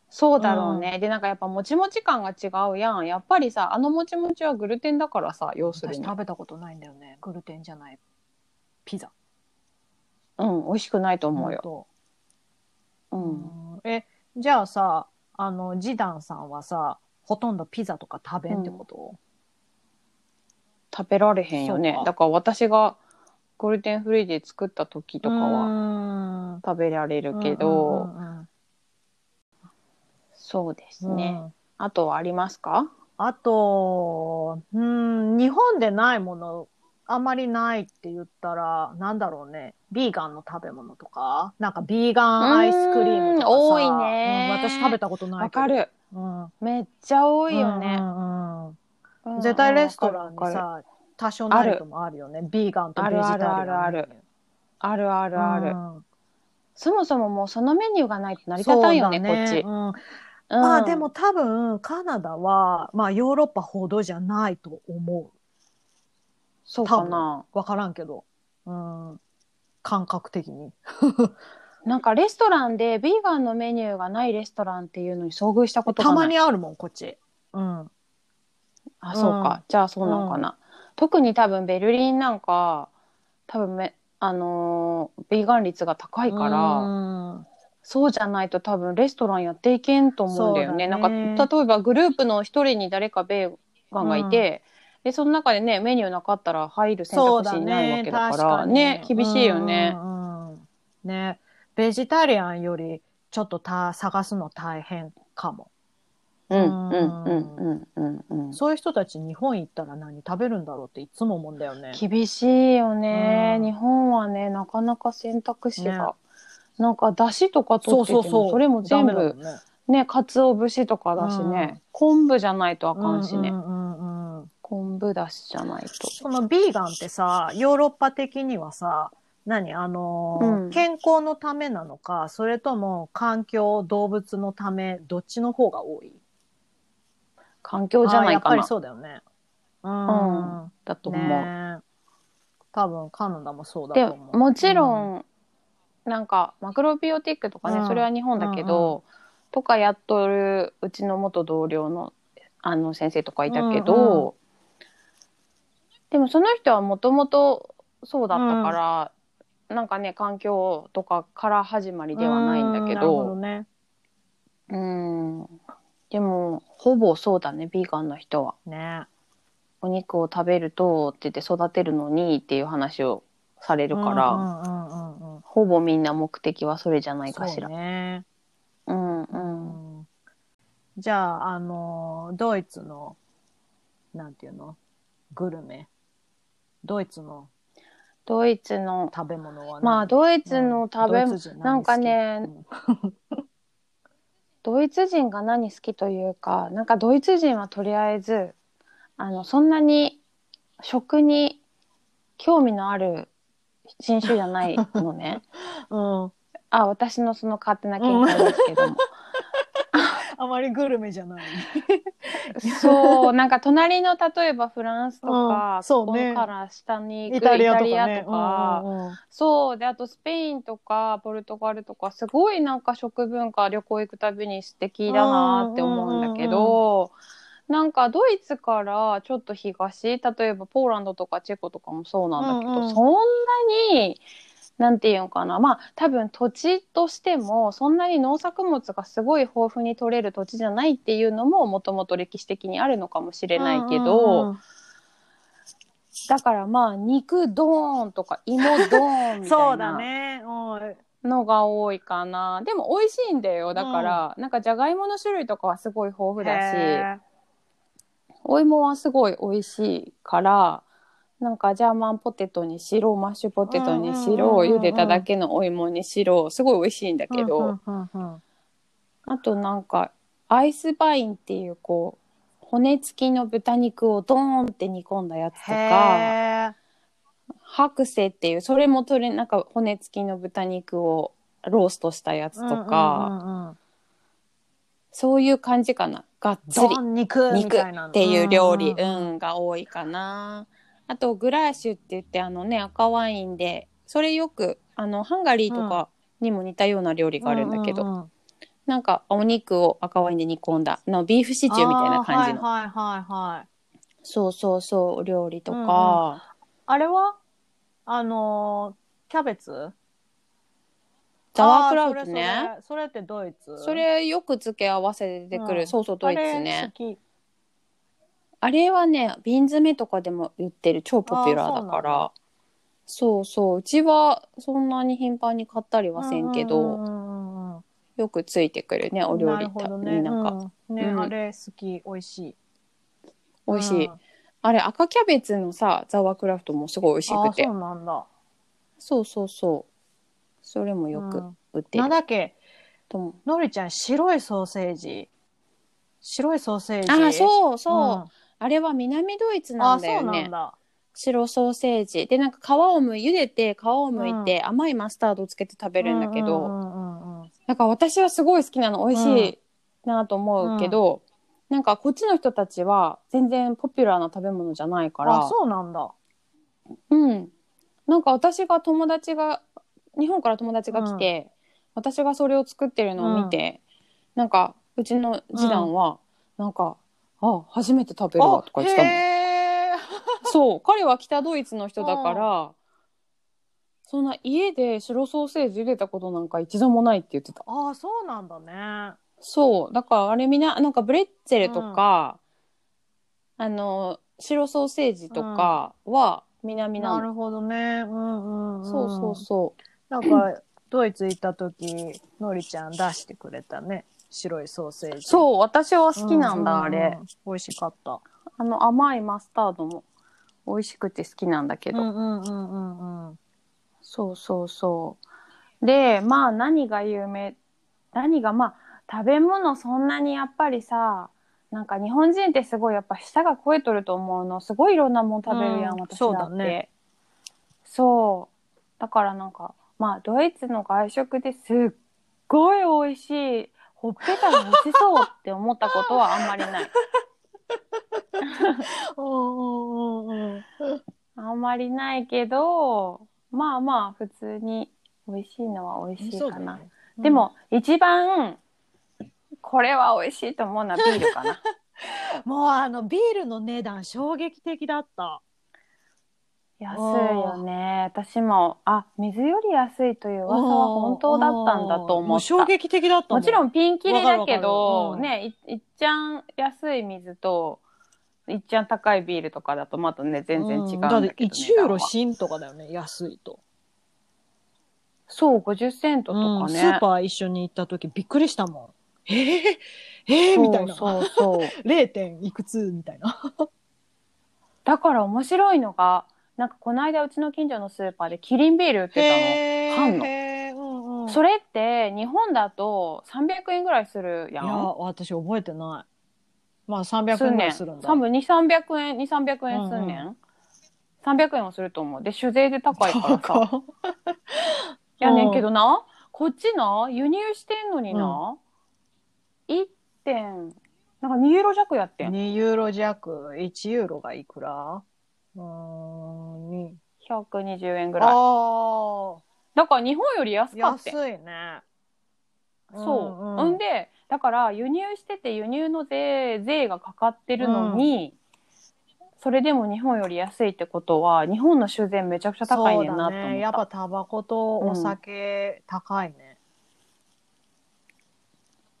[SPEAKER 3] そうだろうね、でなんかやっぱもちもち感が違うやんやっぱりさあのもちもちはグルテンだからさ要する
[SPEAKER 2] 私
[SPEAKER 3] に
[SPEAKER 2] 食べたことないんだよね。グルテンじゃない。ピザ。
[SPEAKER 3] うん美味しくないと思うよ、
[SPEAKER 2] よ。
[SPEAKER 3] うん、
[SPEAKER 2] え、じゃあさ、あの、ジダンさんはさ、ほとんどピザとか食べんってこと、
[SPEAKER 3] 食べられへんよね
[SPEAKER 2] そうか
[SPEAKER 3] だから私がグルテンフリーで作った時とかは、
[SPEAKER 2] は
[SPEAKER 3] 食べられるけど、そうですね、あとはありますか
[SPEAKER 2] あと、うん、日本でないもの、あまりないって言ったら、なんだろうね。ビーガンの食べ物とか、なんかビーガンアイスクリームとかさ。
[SPEAKER 3] うーん多いね
[SPEAKER 2] うん私食べたことない
[SPEAKER 3] わ
[SPEAKER 2] けど。
[SPEAKER 3] か。る
[SPEAKER 2] うん。
[SPEAKER 3] めっちゃ多
[SPEAKER 2] 多
[SPEAKER 3] いよね、うん
[SPEAKER 2] 絶対レストランに
[SPEAKER 3] わかるわかる
[SPEAKER 2] さ、多少なりともあるよね。ビーガンとベジタリアンの
[SPEAKER 3] あるあるあるあるある、
[SPEAKER 2] うん
[SPEAKER 3] そもそももうそのメニューがないと成り立たんよね
[SPEAKER 2] そう
[SPEAKER 3] こっ
[SPEAKER 2] だ
[SPEAKER 3] ち、
[SPEAKER 2] うん
[SPEAKER 3] うん
[SPEAKER 2] まあでも多分、カナダは、まあヨーロッパほどじゃないと思
[SPEAKER 3] そうかな
[SPEAKER 2] う。わからんけど。うん。感覚的に。
[SPEAKER 3] なんかレストランでビーガンのメニューがないレストランっていうのに遭遇したことが
[SPEAKER 2] た
[SPEAKER 3] ない
[SPEAKER 2] まにあるもん、こっち。うん。
[SPEAKER 3] あそうか、
[SPEAKER 2] う
[SPEAKER 3] じゃあそうなのかな、特に多分ベルリンなんか多分めあのービーガン率が高いから、
[SPEAKER 2] うん
[SPEAKER 3] そうじゃないと多分レストランやっていけんと思うんだよね。
[SPEAKER 2] そうだね
[SPEAKER 3] なんか例えばグループの一人に誰かベーガンがいて、でその中でねメニューなかったら入る選
[SPEAKER 2] そ
[SPEAKER 3] 択
[SPEAKER 2] うだ
[SPEAKER 3] 肢にないわ
[SPEAKER 2] ね。
[SPEAKER 3] けだ
[SPEAKER 2] 確
[SPEAKER 3] から
[SPEAKER 2] かに
[SPEAKER 3] ね厳しいよね。
[SPEAKER 2] うんうんね。ベジタリアンより、ちょっとた探すの大変かも。
[SPEAKER 3] うんんうんうんうんうんうん。
[SPEAKER 2] そういう人たち日本行ったら何食べるんだろうっていつも思うんだよね。
[SPEAKER 3] 厳しいよね、
[SPEAKER 2] うん
[SPEAKER 3] 日本はねなかなか選択肢が、
[SPEAKER 2] ね
[SPEAKER 3] なんか出汁とか取っててもそれも全
[SPEAKER 2] ダメだ
[SPEAKER 3] 部
[SPEAKER 2] もんね
[SPEAKER 3] ね鰹節とかだしね、
[SPEAKER 2] うん
[SPEAKER 3] 昆布じゃないとあかんしね、
[SPEAKER 2] うんうんうんうん
[SPEAKER 3] 昆布だしじゃない
[SPEAKER 2] そのビーガンってさ、ヨーロッパ的にはさ、何あのー
[SPEAKER 3] うん
[SPEAKER 2] 健康のためなのか、それとも環境、動物のため、どっちの方が多い
[SPEAKER 3] と環境じゃ
[SPEAKER 2] あー
[SPEAKER 3] な
[SPEAKER 2] や
[SPEAKER 3] い
[SPEAKER 2] っぱ
[SPEAKER 3] か
[SPEAKER 2] り
[SPEAKER 3] な
[SPEAKER 2] そうだよね。う
[SPEAKER 3] うん
[SPEAKER 2] ん。
[SPEAKER 3] だと思う。
[SPEAKER 2] ね多分カナダもそうだ
[SPEAKER 3] で
[SPEAKER 2] と思う。
[SPEAKER 3] もちろん、なんかマクロビオティックとかね、
[SPEAKER 2] うん
[SPEAKER 3] それは日本だけど、とかやっとるうちの元同僚のあの先生とかいたけ
[SPEAKER 2] う
[SPEAKER 3] ど、でもその人はもともとそうだったから、なんかね環境とかから始まりではないんだけ
[SPEAKER 2] なるほど
[SPEAKER 3] ど
[SPEAKER 2] ね。
[SPEAKER 3] うんでもほぼそうだねビーガンの人は。
[SPEAKER 2] ね。
[SPEAKER 3] お肉を食べるとって言って育てるのにっていう話をされるから、
[SPEAKER 2] うんうんうんうんうん。
[SPEAKER 3] ほぼみんな目的はそれじゃないかし
[SPEAKER 2] そう
[SPEAKER 3] ら。
[SPEAKER 2] ね。
[SPEAKER 3] うん
[SPEAKER 2] う
[SPEAKER 3] うん
[SPEAKER 2] んじゃあ、あの、ドイツの、なんていうのグルメ。ドイツの
[SPEAKER 3] ドイツの
[SPEAKER 2] 食べ物は何
[SPEAKER 3] まあドイツの食べ、
[SPEAKER 2] ドイツ人
[SPEAKER 3] なんかね ド
[SPEAKER 2] 何好き
[SPEAKER 3] イツ人が何好きというかなんかドイツ人はとりあえずあのそんなに食に興味のある人種じゃないの ね
[SPEAKER 2] うん。うん
[SPEAKER 3] あ私のその勝手な見解ですけども、
[SPEAKER 2] あまりグルメじゃない。
[SPEAKER 3] そうなんか隣の例えばフランスとか、
[SPEAKER 2] うんそうね
[SPEAKER 3] ここから下に行く
[SPEAKER 2] イタリアとかね。
[SPEAKER 3] イタリアとか
[SPEAKER 2] うんうんうん
[SPEAKER 3] そうであとスペインとかポルトガルとかすごいなんか食文化旅行行くたびに素敵だなって思うんだけど、なんかドイツからちょっと東例えばポーランドとかチェコとかもそうなんだけど、
[SPEAKER 2] うんうん
[SPEAKER 3] そんなに。なんていうのかなまあ多分土地としてもそんなに農作物がすごい豊富に取れる土地じゃないっていうのももともと歴史的にあるのかもしれないけど、
[SPEAKER 2] うんうん
[SPEAKER 3] だからまあ肉ドーンとか芋ドーン
[SPEAKER 2] うん
[SPEAKER 3] みた
[SPEAKER 2] そ
[SPEAKER 3] いう
[SPEAKER 2] だ
[SPEAKER 3] な
[SPEAKER 2] ね。うん
[SPEAKER 3] のが多いかなでも美味しいんだよだから、なんかじゃがいもの種類とかはすごい豊富だし
[SPEAKER 2] へー
[SPEAKER 3] お芋はすごい美味しいからなんかジャーマンポテトにしろマッシュポテトにしろ、
[SPEAKER 2] うんうんうんうん
[SPEAKER 3] 茹でただけのお芋にしろすごい美味しいんだけど、
[SPEAKER 2] うんうんうんうん
[SPEAKER 3] あとなんかアイスバインっていうこう骨付きの豚肉をドーンって煮込んだやつとか。
[SPEAKER 2] へー
[SPEAKER 3] 白瀬っていうそれも取れなんか骨付きの豚肉をローストしたやつとか、
[SPEAKER 2] うんうんうんうん
[SPEAKER 3] そういう感じかながっつり
[SPEAKER 2] ドン肉み
[SPEAKER 3] 肉
[SPEAKER 2] たいなの
[SPEAKER 3] っていう料理、
[SPEAKER 2] ん
[SPEAKER 3] うん
[SPEAKER 2] ん
[SPEAKER 3] が多いかなあとグラーシュって言ってあのね赤ワインでそれよくあのハンガリーとかにも似たような料理があるんだけど、
[SPEAKER 2] ううんうん
[SPEAKER 3] なんかお肉を赤ワインで煮込んだのビーフシチューみたいな感じの、
[SPEAKER 2] あーはいはいはいはい。
[SPEAKER 3] そうそうそうお料理とか、
[SPEAKER 2] あれはあのーキャベツ
[SPEAKER 3] ザワークラウトね
[SPEAKER 2] あーそれそれそれってドイツ
[SPEAKER 3] それよく付け合わせて出てくる、
[SPEAKER 2] うん
[SPEAKER 3] そうそうドイツね
[SPEAKER 2] あれ好き
[SPEAKER 3] あれはね瓶詰めとかでも売ってる超ポピュラーだからそうそううちはそんなに頻繁に買ったりはせんけど、
[SPEAKER 2] うんうんうんうん
[SPEAKER 3] よくついてくるねお料
[SPEAKER 2] な
[SPEAKER 3] 理
[SPEAKER 2] るほ
[SPEAKER 3] た
[SPEAKER 2] ど
[SPEAKER 3] に
[SPEAKER 2] ね
[SPEAKER 3] なんか、
[SPEAKER 2] うんね
[SPEAKER 3] うん
[SPEAKER 2] あれ好き美味しい
[SPEAKER 3] 美味しい、
[SPEAKER 2] うん
[SPEAKER 3] あれ赤キャベツのさザワークラフトもすごい美味し
[SPEAKER 2] あ
[SPEAKER 3] く
[SPEAKER 2] ー
[SPEAKER 3] て
[SPEAKER 2] そうなんだ
[SPEAKER 3] そうそうそうそれもよ
[SPEAKER 2] う
[SPEAKER 3] く
[SPEAKER 2] ん
[SPEAKER 3] 売ってる
[SPEAKER 2] なんだっけ
[SPEAKER 3] と思う、
[SPEAKER 2] のりちゃん白いソーセージ白いソーセージ
[SPEAKER 3] ああ
[SPEAKER 2] うん
[SPEAKER 3] そうそう、あれは南ドイツな
[SPEAKER 2] あー
[SPEAKER 3] んだ
[SPEAKER 2] そう
[SPEAKER 3] よ
[SPEAKER 2] な
[SPEAKER 3] ね
[SPEAKER 2] んだ
[SPEAKER 3] 白ソーセージでなんか皮をむ茹でて皮をむいて、甘いマスタードつけて食べるんだけど、
[SPEAKER 2] うんうんうんうん
[SPEAKER 3] なんか私はすごい好きなの美味しいなと思うけど、なんかこっちの人たちは全然ポピュラーな食べ物じゃないから
[SPEAKER 2] あそうなんだ
[SPEAKER 3] うん、なんか私が友達が日本から友達が来て、私がそれを作ってるのを見て、なんかうちの次男は、なんか「あ初めて食べるわ」とか言ってたもん。
[SPEAKER 2] へー
[SPEAKER 3] そう彼は北ドイツの人だからそんな家で白ソーセージ茹でたことなんか一度もないって言ってた。
[SPEAKER 2] ああそうなんだね。
[SPEAKER 3] そう。だからあれみんな、なんかブレッツェルとか、あの、白ソーセージとかは南な
[SPEAKER 2] な
[SPEAKER 3] の。
[SPEAKER 2] るほどね。うんうん、うん。
[SPEAKER 3] そうそうそう。
[SPEAKER 2] なんかドイツ行った時のりちゃん出してくれたね白いソーセージ。う
[SPEAKER 3] そう、私は好きなんだ、
[SPEAKER 2] う
[SPEAKER 3] あ
[SPEAKER 2] う
[SPEAKER 3] れ。。
[SPEAKER 2] 美味しかった。
[SPEAKER 3] あの甘いマスタードも美味しくて好きなんだけ
[SPEAKER 2] う
[SPEAKER 3] ど。
[SPEAKER 2] んうんうんうんうん。
[SPEAKER 3] そうそうそう。で、まあ何が有名、何がまあ食べ物そんなにやっぱりさ、なんか日本人ってすごいやっぱ舌が肥えとると思うの、すごいいろんなもん食べるやん、
[SPEAKER 2] うん
[SPEAKER 3] 私だ
[SPEAKER 2] そ
[SPEAKER 3] っ
[SPEAKER 2] う
[SPEAKER 3] て。
[SPEAKER 2] だね
[SPEAKER 3] そう。だからなんか、まあドイツの外食ですっごい美味しい、ほっぺたが落ちそうって思ったことはあんまり ない。
[SPEAKER 2] うんうんうん。
[SPEAKER 3] あんまりないけど、まあまあ普通に美味しいのは美味しいかな。 で、も、一番これは美味しいと思うのはビールかな。
[SPEAKER 2] もうあのビールの値段衝撃的だった。
[SPEAKER 3] 安いよね私もあ水より安いという噂は本当だったんだと
[SPEAKER 2] も
[SPEAKER 3] 思
[SPEAKER 2] う
[SPEAKER 3] った
[SPEAKER 2] 衝撃的だった
[SPEAKER 3] もちろ
[SPEAKER 2] ん。
[SPEAKER 3] んピンキリだけ
[SPEAKER 2] わかるわかるう
[SPEAKER 3] ど、
[SPEAKER 2] ん
[SPEAKER 3] ねいいっちゃん安い水といっちゃん高いビールとかだとまたね全然違うんだけど、
[SPEAKER 2] だって
[SPEAKER 3] 値段は
[SPEAKER 2] 1ユーロ新とかだよね、安いと。
[SPEAKER 3] そう50セントと
[SPEAKER 2] う
[SPEAKER 3] か
[SPEAKER 2] ん
[SPEAKER 3] ね、
[SPEAKER 2] スーパー一緒に行った時びっくりしたもん。えー、 えー、みたいな。
[SPEAKER 3] そうそうそ う
[SPEAKER 2] 0. 点いくつみたいな。
[SPEAKER 3] だから面白いのがなんかこの間うちの近所のスーパーでキリンビール売ってたの。
[SPEAKER 2] え
[SPEAKER 3] 缶の
[SPEAKER 2] の
[SPEAKER 3] そ
[SPEAKER 2] れ
[SPEAKER 3] れって日本だと300円ぐらいするや
[SPEAKER 2] いや、
[SPEAKER 3] ん。
[SPEAKER 2] 私覚えてない。まあ
[SPEAKER 3] す
[SPEAKER 2] 300円
[SPEAKER 3] んね
[SPEAKER 2] ぐら
[SPEAKER 3] ん。
[SPEAKER 2] いするんだ。
[SPEAKER 3] 多分2、300円、2、300円すんね。
[SPEAKER 2] うん
[SPEAKER 3] 300円はすると思う。で、酒税で高い からさ。
[SPEAKER 2] 高い
[SPEAKER 3] やねんけどな、こっちな、輸入してんのにな、1点、なんか2ユーロ弱やってん。
[SPEAKER 2] 2ユーロ弱、1ユーロがいくらうーん、に。
[SPEAKER 3] 120円ぐらい。
[SPEAKER 2] あ
[SPEAKER 3] だから日本より安
[SPEAKER 2] あ、
[SPEAKER 3] かった
[SPEAKER 2] 安
[SPEAKER 3] ん。
[SPEAKER 2] いね。
[SPEAKER 3] そう。
[SPEAKER 2] うん
[SPEAKER 3] ん
[SPEAKER 2] うん
[SPEAKER 3] で、だから輸入してて輸入の税、税がかかってるのに、それでも日本より安いってことは、日本の修繕めちゃくちゃ高いねんなと
[SPEAKER 2] そう
[SPEAKER 3] 思
[SPEAKER 2] だ
[SPEAKER 3] った。
[SPEAKER 2] ね。やっぱタバコとお酒、高いね。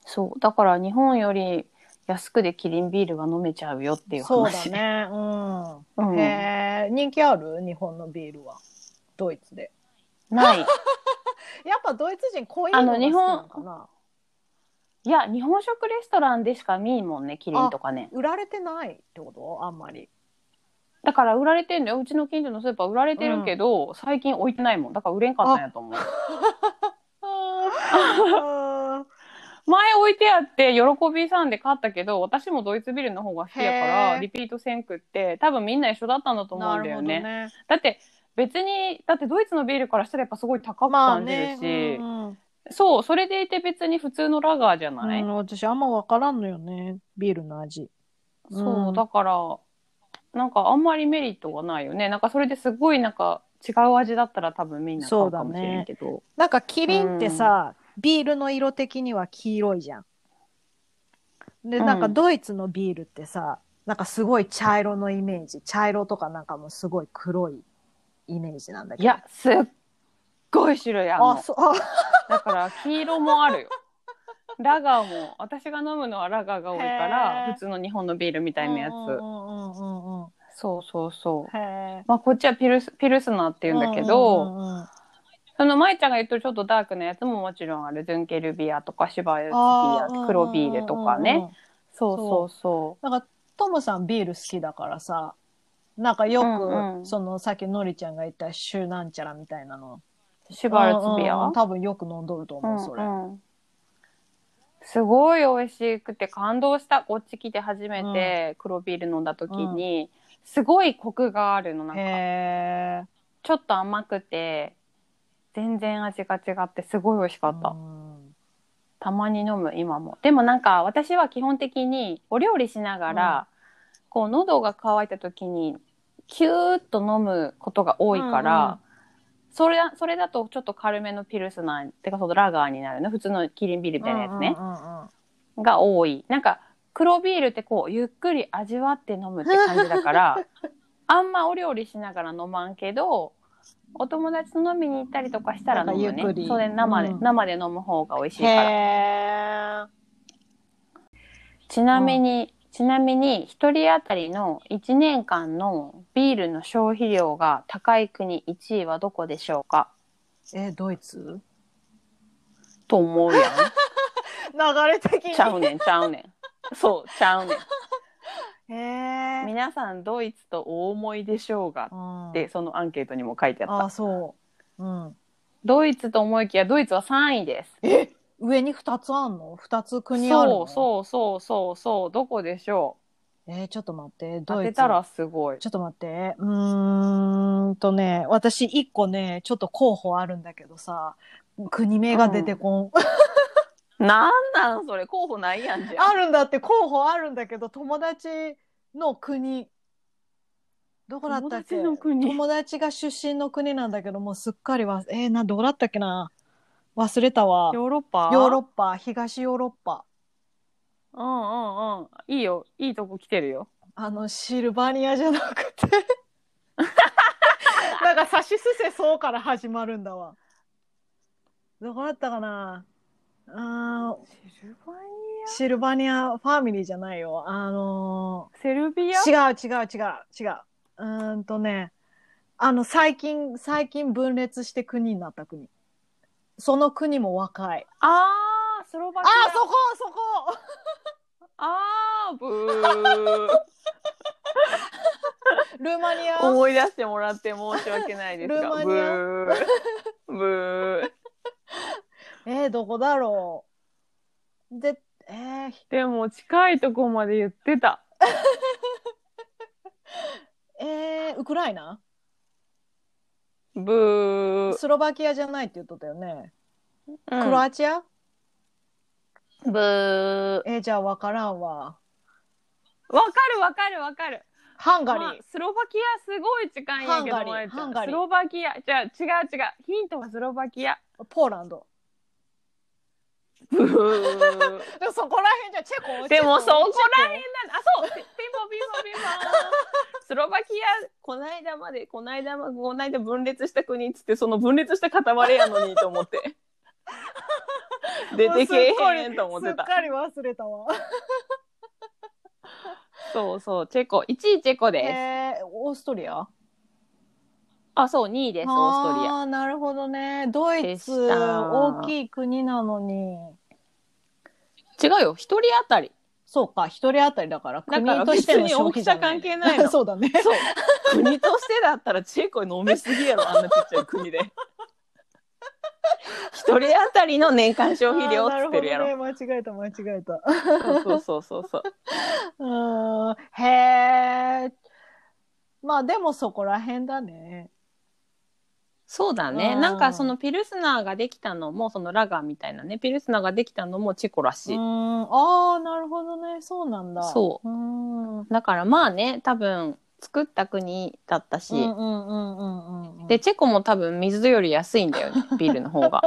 [SPEAKER 3] そう。だから日本より安くでキリンビールが飲めちゃうよっていう
[SPEAKER 2] そう
[SPEAKER 3] 話。
[SPEAKER 2] だね。う
[SPEAKER 3] うん
[SPEAKER 2] ん。へえ、人気ある日本のビールは。ドイツで。
[SPEAKER 3] ない。や
[SPEAKER 2] やっぱドイツ人濃いのが好きなのかな。
[SPEAKER 3] いや、日本食レストランでしか見んもんね、キリンとかね。
[SPEAKER 2] 売られてないってことあんま り。
[SPEAKER 3] だから売られてんだよ。うちの近所のスーパー売られてるけど、最近置いてないもん。だから売れんかったんやと思う。
[SPEAKER 2] あ
[SPEAKER 3] 前置いてあって喜びさんで買ったけど私もドイツビールの方が好きやか
[SPEAKER 2] へ
[SPEAKER 3] ら
[SPEAKER 2] ー
[SPEAKER 3] リピートせんくって多分みんな一緒だったんだと
[SPEAKER 2] ー
[SPEAKER 3] 思う
[SPEAKER 2] なん
[SPEAKER 3] だ
[SPEAKER 2] る
[SPEAKER 3] よ
[SPEAKER 2] ほど
[SPEAKER 3] ね
[SPEAKER 2] ね。
[SPEAKER 3] だって別にだってドイツのビールからしたらやっぱすごい高く
[SPEAKER 2] まあ
[SPEAKER 3] 感じる
[SPEAKER 2] ね
[SPEAKER 3] し、。
[SPEAKER 2] うんうん
[SPEAKER 3] そうそれでいて別に普通のラガーじゃない、
[SPEAKER 2] うん私あんま分からんのよね。ビールの味。
[SPEAKER 3] そううんだからなんかあんまりメリットがないよねなんかそれですごいなんか違う味だったら多分みんな買うかもしれんけど、
[SPEAKER 2] なんかキリンってさ、ビールの色的には黄色いじゃん。で、
[SPEAKER 3] うん
[SPEAKER 2] なんかドイツのビールってさ、なんかすごい茶色のイメージ。茶色とかなんかもうすごい黒いイメージなんだ
[SPEAKER 3] い
[SPEAKER 2] けど。
[SPEAKER 3] やすっごい種類あるの
[SPEAKER 2] あ、そう、あ、
[SPEAKER 3] だから黄色もあるよ。ラガーも私が飲むのはラガーが多いか
[SPEAKER 2] へー
[SPEAKER 3] ら普通の日本のビールみたいなや
[SPEAKER 2] うんうん
[SPEAKER 3] つ。
[SPEAKER 2] うんうんうん
[SPEAKER 3] そうそうそう。
[SPEAKER 2] へえ。
[SPEAKER 3] まあこっちはピルスピルスナーって言うんだけど、
[SPEAKER 2] うんうんうんうん
[SPEAKER 3] その舞ちゃんが言ってるちょっとダークなやつももちろんあるズンケルビアとかシバエツビ
[SPEAKER 2] あ
[SPEAKER 3] ア黒ビールとかね、。
[SPEAKER 2] うんうんうんうん
[SPEAKER 3] そうそうそう
[SPEAKER 2] なんかトムさんビール好きだからさ、なんかよく、
[SPEAKER 3] うんうん
[SPEAKER 2] そのさっきのりちゃんが言ったシュなんちゃらみたいなの。
[SPEAKER 3] シバエツビ
[SPEAKER 2] うんうんう
[SPEAKER 3] ア
[SPEAKER 2] ん、多分よく飲んどると思う、それ。
[SPEAKER 3] うんうんすごい美味しくて感動したこっち来て初めて黒ビール飲んだ時に、すごいコクがあるのなんか
[SPEAKER 2] へえ。
[SPEAKER 3] ちょっと甘くて全然味が違ってすごい美味しかった、
[SPEAKER 2] うん
[SPEAKER 3] たまに飲む今もでもなんか私は基本的にお料理しながら、こう喉が渇いた時にキューッと飲むことが多いから、
[SPEAKER 2] うんうん
[SPEAKER 3] それだそれだとちょっと軽めのピルスナーてかそのラガーになるね普通のキリンビールみたいなやつね、
[SPEAKER 2] うんうんうん
[SPEAKER 3] が多いなんか黒ビールってこうゆっくり味わって飲むって感じだから あんまお料理しながら飲まんけどお友達と飲みに行ったりとかしたら飲む
[SPEAKER 2] なんか
[SPEAKER 3] ね
[SPEAKER 2] ゆっくり
[SPEAKER 3] それ生で、
[SPEAKER 2] うん
[SPEAKER 3] 生で飲む方が美味しいから
[SPEAKER 2] へえ。
[SPEAKER 3] ちなみに、ちなみに、一人当たりの1年間のビールの消費量が高い国1位はどこでしょうか
[SPEAKER 2] え、ドイツ
[SPEAKER 3] と思うや
[SPEAKER 2] 流れ的
[SPEAKER 3] ん。ちゃうねん、ちゃうねん。そう、ちゃうね ん。
[SPEAKER 2] へえ。
[SPEAKER 3] 皆さん、ドイツとお思いでしょうが
[SPEAKER 2] うん
[SPEAKER 3] って、そのアンケートにも書いてあっ
[SPEAKER 2] あ、
[SPEAKER 3] た。
[SPEAKER 2] そう。うん。
[SPEAKER 3] ドイツと思いきや、ドイツは3位です。
[SPEAKER 2] 上に二つあんの二つ国あ
[SPEAKER 3] そ
[SPEAKER 2] るの
[SPEAKER 3] うそうそうそうそう、どこでしょ
[SPEAKER 2] えーちょっと待って、
[SPEAKER 3] う。当
[SPEAKER 2] ドイ
[SPEAKER 3] て
[SPEAKER 2] ツ。
[SPEAKER 3] たらすごい。
[SPEAKER 2] ちょっと待って。うーんとね、私一個ね、ちょっと候補あるんだけどさ、国名が出てこん。
[SPEAKER 3] なんなんそれ、候補ないやんじゃん。
[SPEAKER 2] あるんだって候補あるんだけど、友達の国。どこだったっ
[SPEAKER 3] 友達
[SPEAKER 2] け
[SPEAKER 3] の国
[SPEAKER 2] 友達が出身の国なんだけど、もうすっかりは、えーな、どこだったっけな忘れたわ。ヨ
[SPEAKER 3] ヨーロッパ
[SPEAKER 2] ーロッパ、東ヨーロッパ。
[SPEAKER 3] うんうん。いいよ。いいとこ来てるよ。
[SPEAKER 2] あの、シルバニアじゃなくて。なんか、差しすせそうから始まるんだわ。どこだったかなあー
[SPEAKER 3] シルバニ
[SPEAKER 2] シルバニアファミリーじゃないよ。あの
[SPEAKER 3] アセルビア
[SPEAKER 2] ー違う違う違う違う。うーんとね、あの、最近、最近分裂して国になった国。その国も若い。
[SPEAKER 3] あー、スロバ
[SPEAKER 2] あ
[SPEAKER 3] キア。
[SPEAKER 2] ー、そこそこ
[SPEAKER 3] あー、 ブー。
[SPEAKER 2] ルーマニア。
[SPEAKER 3] 思い出してもらって申し訳ないです
[SPEAKER 2] ルーマ
[SPEAKER 3] が、
[SPEAKER 2] ニ
[SPEAKER 3] ブ
[SPEAKER 2] ア
[SPEAKER 3] ー。ブー。
[SPEAKER 2] えー、どこだろう。で、えー、
[SPEAKER 3] でも近いとこまで言ってた。
[SPEAKER 2] えー、ウクライナ
[SPEAKER 3] ブー。
[SPEAKER 2] スロバキアじゃないって言っとったよね。
[SPEAKER 3] うん
[SPEAKER 2] クロアチア
[SPEAKER 3] ブー。
[SPEAKER 2] えー、じゃあ分からんわ。
[SPEAKER 3] わかるわかるわかる。
[SPEAKER 2] ハンガリ
[SPEAKER 3] まあ
[SPEAKER 2] ー。
[SPEAKER 3] スロバキアすごい近いんやけど
[SPEAKER 2] ハンガリー
[SPEAKER 3] まえちゃん
[SPEAKER 2] ハンガリー
[SPEAKER 3] スロバキアじゃあ違う違うヒントはスロバキア
[SPEAKER 2] ポーランド。
[SPEAKER 3] ブー
[SPEAKER 2] でもそこら辺じゃチェ コ
[SPEAKER 3] でもそこら辺
[SPEAKER 2] へん
[SPEAKER 3] なんだあそうピンポンピンポンピンポンスロバキアこないだまでこないだまこないだ分裂した国っつってその分裂した塊やのにと思 って出てけえへんと思って
[SPEAKER 2] すったかり忘れたわ。
[SPEAKER 3] そうそうチェコ1位チェコ
[SPEAKER 2] え
[SPEAKER 3] です
[SPEAKER 2] ー、オーストリア
[SPEAKER 3] あそう2位ですオーストリア
[SPEAKER 2] あーなるほどね。ドイ
[SPEAKER 3] でし
[SPEAKER 2] ツ、
[SPEAKER 3] た
[SPEAKER 2] 大きい国なのに。
[SPEAKER 3] 違うよ1人当たり
[SPEAKER 2] そうか、一人当たりだから、
[SPEAKER 3] だ
[SPEAKER 2] 国
[SPEAKER 3] から
[SPEAKER 2] としての消費じゃ
[SPEAKER 3] 別に大きさ関係ないの
[SPEAKER 2] そうだね。
[SPEAKER 3] そう。国としてだったらチェコ飲みすぎやろ、あんなちっちゃい 国で。一人当たりの年間消費量っ
[SPEAKER 2] あー
[SPEAKER 3] つってるやろ。
[SPEAKER 2] なるほどね。間違えた、間違えた。
[SPEAKER 3] そうそうそうそう。
[SPEAKER 2] うーんへえ。まあでもそこら辺だね。
[SPEAKER 3] そうだね。
[SPEAKER 2] うん
[SPEAKER 3] なんかそのピルスナーができたのも、そのラガーみたいなね、ピルスナーができたのもチェコら
[SPEAKER 2] う
[SPEAKER 3] し
[SPEAKER 2] ー
[SPEAKER 3] い。
[SPEAKER 2] ん。ああ、なるほどね。そうなんだ。。
[SPEAKER 3] そう
[SPEAKER 2] うーん。うん
[SPEAKER 3] だからまあね、多分作った国だったし、
[SPEAKER 2] うんうんうんうん。
[SPEAKER 3] で、、チェコも多分水より安いんだよね、ビールの 方が。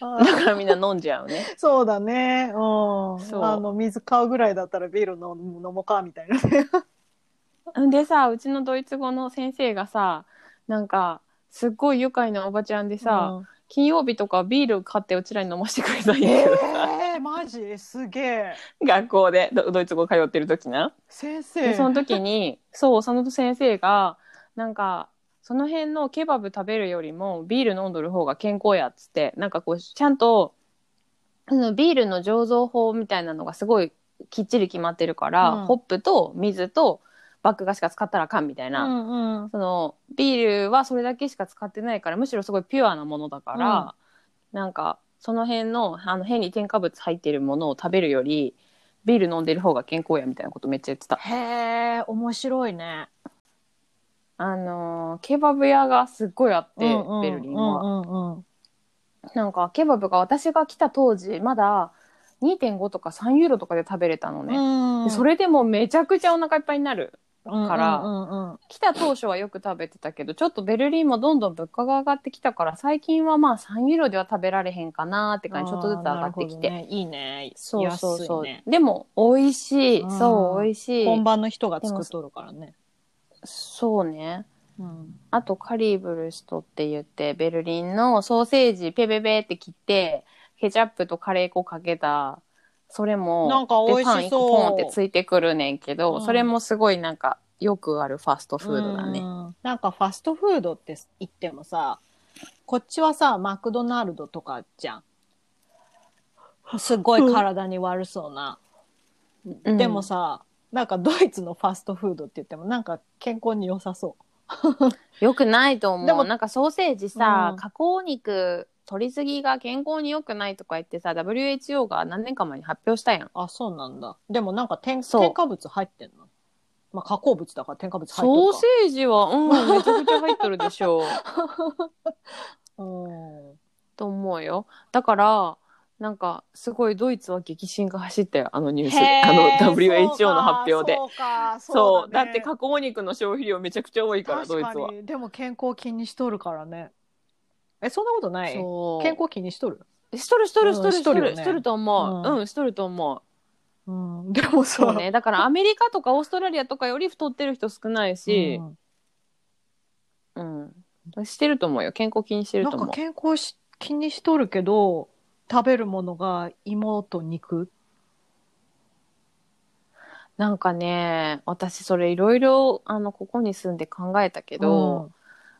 [SPEAKER 3] だからみんな飲んじゃうね。
[SPEAKER 2] そうだね。うん。
[SPEAKER 3] そう
[SPEAKER 2] あの、水買うぐらいだったらビール飲む飲もうか、みたいなね。
[SPEAKER 3] でさうちのドイツ語の先生がさなんかすっごい愉快なおばちゃんでさ、
[SPEAKER 2] うん
[SPEAKER 3] 金曜日とかビール買ってうちらに飲ませてくれたんや
[SPEAKER 2] え
[SPEAKER 3] けど、
[SPEAKER 2] え、マジすげえ。
[SPEAKER 3] 学校でドドイツ語通ってる時な。
[SPEAKER 2] 先
[SPEAKER 3] で
[SPEAKER 2] 生。
[SPEAKER 3] その時にそうその先生がなんかその辺のケバブ食べるよりもビール飲んどる方が健康やっつってなんかこうちゃんとそのビールの醸造法みたいなのがすごいきっちり決まってるから、
[SPEAKER 2] うん
[SPEAKER 3] ホップと水とバッグがしか使ったらあかんみたいな。
[SPEAKER 2] うんうん。
[SPEAKER 3] そのビールはそれだけしか使ってないからむしろすごいピュアなものだから、なんかその辺のあの変に添加物入ってるものを食べるよりビール飲んでる方が健康やみたいなことめっちゃ言ってた。
[SPEAKER 2] へえ、面白いね。
[SPEAKER 3] あのーケバブ屋がすっごいあって、
[SPEAKER 2] うんうん
[SPEAKER 3] ベルリン
[SPEAKER 2] う
[SPEAKER 3] は。
[SPEAKER 2] んうんうん。
[SPEAKER 3] なんかケバブが私が来た当時まだ2.5とか3ユーロとかで食べれたのね。
[SPEAKER 2] うん
[SPEAKER 3] でそれでもめちゃくちゃお腹いっぱいになる。から
[SPEAKER 2] うんうんうん
[SPEAKER 3] 来た当初はよく食べてたけどちょっとベルリンもどんどん物価が上がってきたから最近はまあ3ユーロでは食べられへんかなって感じちょっとずつ上がってきて、
[SPEAKER 2] あーなるほどねいいね
[SPEAKER 3] そうそうそう、
[SPEAKER 2] 安いね
[SPEAKER 3] でも美味しい
[SPEAKER 2] うん
[SPEAKER 3] そう美味しい
[SPEAKER 2] 本場の人が作っとるからね、
[SPEAKER 3] そうね
[SPEAKER 2] うん、
[SPEAKER 3] あとカリーブルストって言ってベルリンのソーセージペペペって切ってケチャップとカレー粉かけたそれも
[SPEAKER 2] なんか美味しそ
[SPEAKER 3] でパ
[SPEAKER 2] う
[SPEAKER 3] ン一個ポンってついてくるねんけど、
[SPEAKER 2] うん
[SPEAKER 3] それもすごいなんかよくあるファストフードだね、
[SPEAKER 2] うんなんかファストフードって言ってもさこっちはさマクドナルドとかじゃんすごい体に悪そうな、
[SPEAKER 3] うん
[SPEAKER 2] でもさなんかドイツのファストフードって言ってもなんか健康に良さそう
[SPEAKER 3] よくないと思う。
[SPEAKER 2] でも
[SPEAKER 3] なんかソーセージさ、
[SPEAKER 2] うん
[SPEAKER 3] 加工肉取りすぎが健康に良くないとか言ってさ、WHO が何年か前に発表したやん。
[SPEAKER 2] あそうなんだでもなんか添
[SPEAKER 3] そう
[SPEAKER 2] 添加物入ってんのまあ加工物だから添加物入って
[SPEAKER 3] ソ
[SPEAKER 2] る
[SPEAKER 3] ー
[SPEAKER 2] か
[SPEAKER 3] セージは、 うん、めちゃくちゃ入っとるでしょう。
[SPEAKER 2] うん
[SPEAKER 3] と思うよ。だから、なんか、すごいドイツは激震が走ったよ、あのニュース。
[SPEAKER 2] へー
[SPEAKER 3] あの WHO の発表で。
[SPEAKER 2] そうか、
[SPEAKER 3] そう
[SPEAKER 2] う
[SPEAKER 3] だ
[SPEAKER 2] か
[SPEAKER 3] って加工肉の消費量めちゃくちゃ多いから、ドイツ
[SPEAKER 2] 確
[SPEAKER 3] は
[SPEAKER 2] か。にでも健康気にしとるからね。え、そんなことない
[SPEAKER 3] そう
[SPEAKER 2] 健康気にしとる
[SPEAKER 3] しとるしとるしとるしと
[SPEAKER 2] うんしとるよ
[SPEAKER 3] る
[SPEAKER 2] ね
[SPEAKER 3] しとると思う。
[SPEAKER 2] うん
[SPEAKER 3] うん、しとると思う。
[SPEAKER 2] うん、でもさ
[SPEAKER 3] そう ね。だからアメリカとかオーストラリアとかより太ってる人少ないし
[SPEAKER 2] う、ん
[SPEAKER 3] うん。してると思うよ。健康気にしてる
[SPEAKER 2] な
[SPEAKER 3] と
[SPEAKER 2] ん
[SPEAKER 3] 思
[SPEAKER 2] か
[SPEAKER 3] う。
[SPEAKER 2] 健康し気にしとるけど食べるものが芋と肉
[SPEAKER 3] なんかね、私それいろいろ、あの、ここに住んで考えたけど、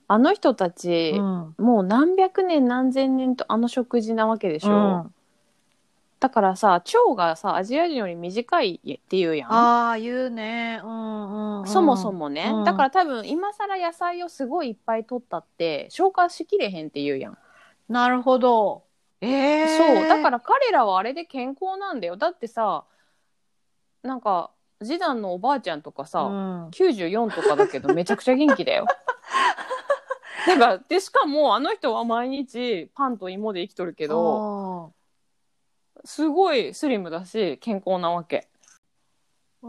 [SPEAKER 3] あの人たち、
[SPEAKER 2] うんうん
[SPEAKER 3] もう何百年何千年とあの食事なわけでしょ、
[SPEAKER 2] うん
[SPEAKER 3] だからさ腸がさアジア人より短いっていうやん
[SPEAKER 2] ああ言うね、うんうんうん、
[SPEAKER 3] そもそもね、
[SPEAKER 2] うん
[SPEAKER 3] だから多分今更野菜をすごいいっぱい取ったって消化しきれへんっていうやん、
[SPEAKER 2] なるほどええ
[SPEAKER 3] そうだからら彼らはあれで健康なんだよだってさなんか次男のおばあちゃんとかさ、
[SPEAKER 2] うん、
[SPEAKER 3] 94とかだけどめちゃくちゃ元気だ よだからでしかもあの人は毎日パンと芋で生きとるけ
[SPEAKER 2] け
[SPEAKER 3] ど、すごいスリムだし健康なわけ
[SPEAKER 2] う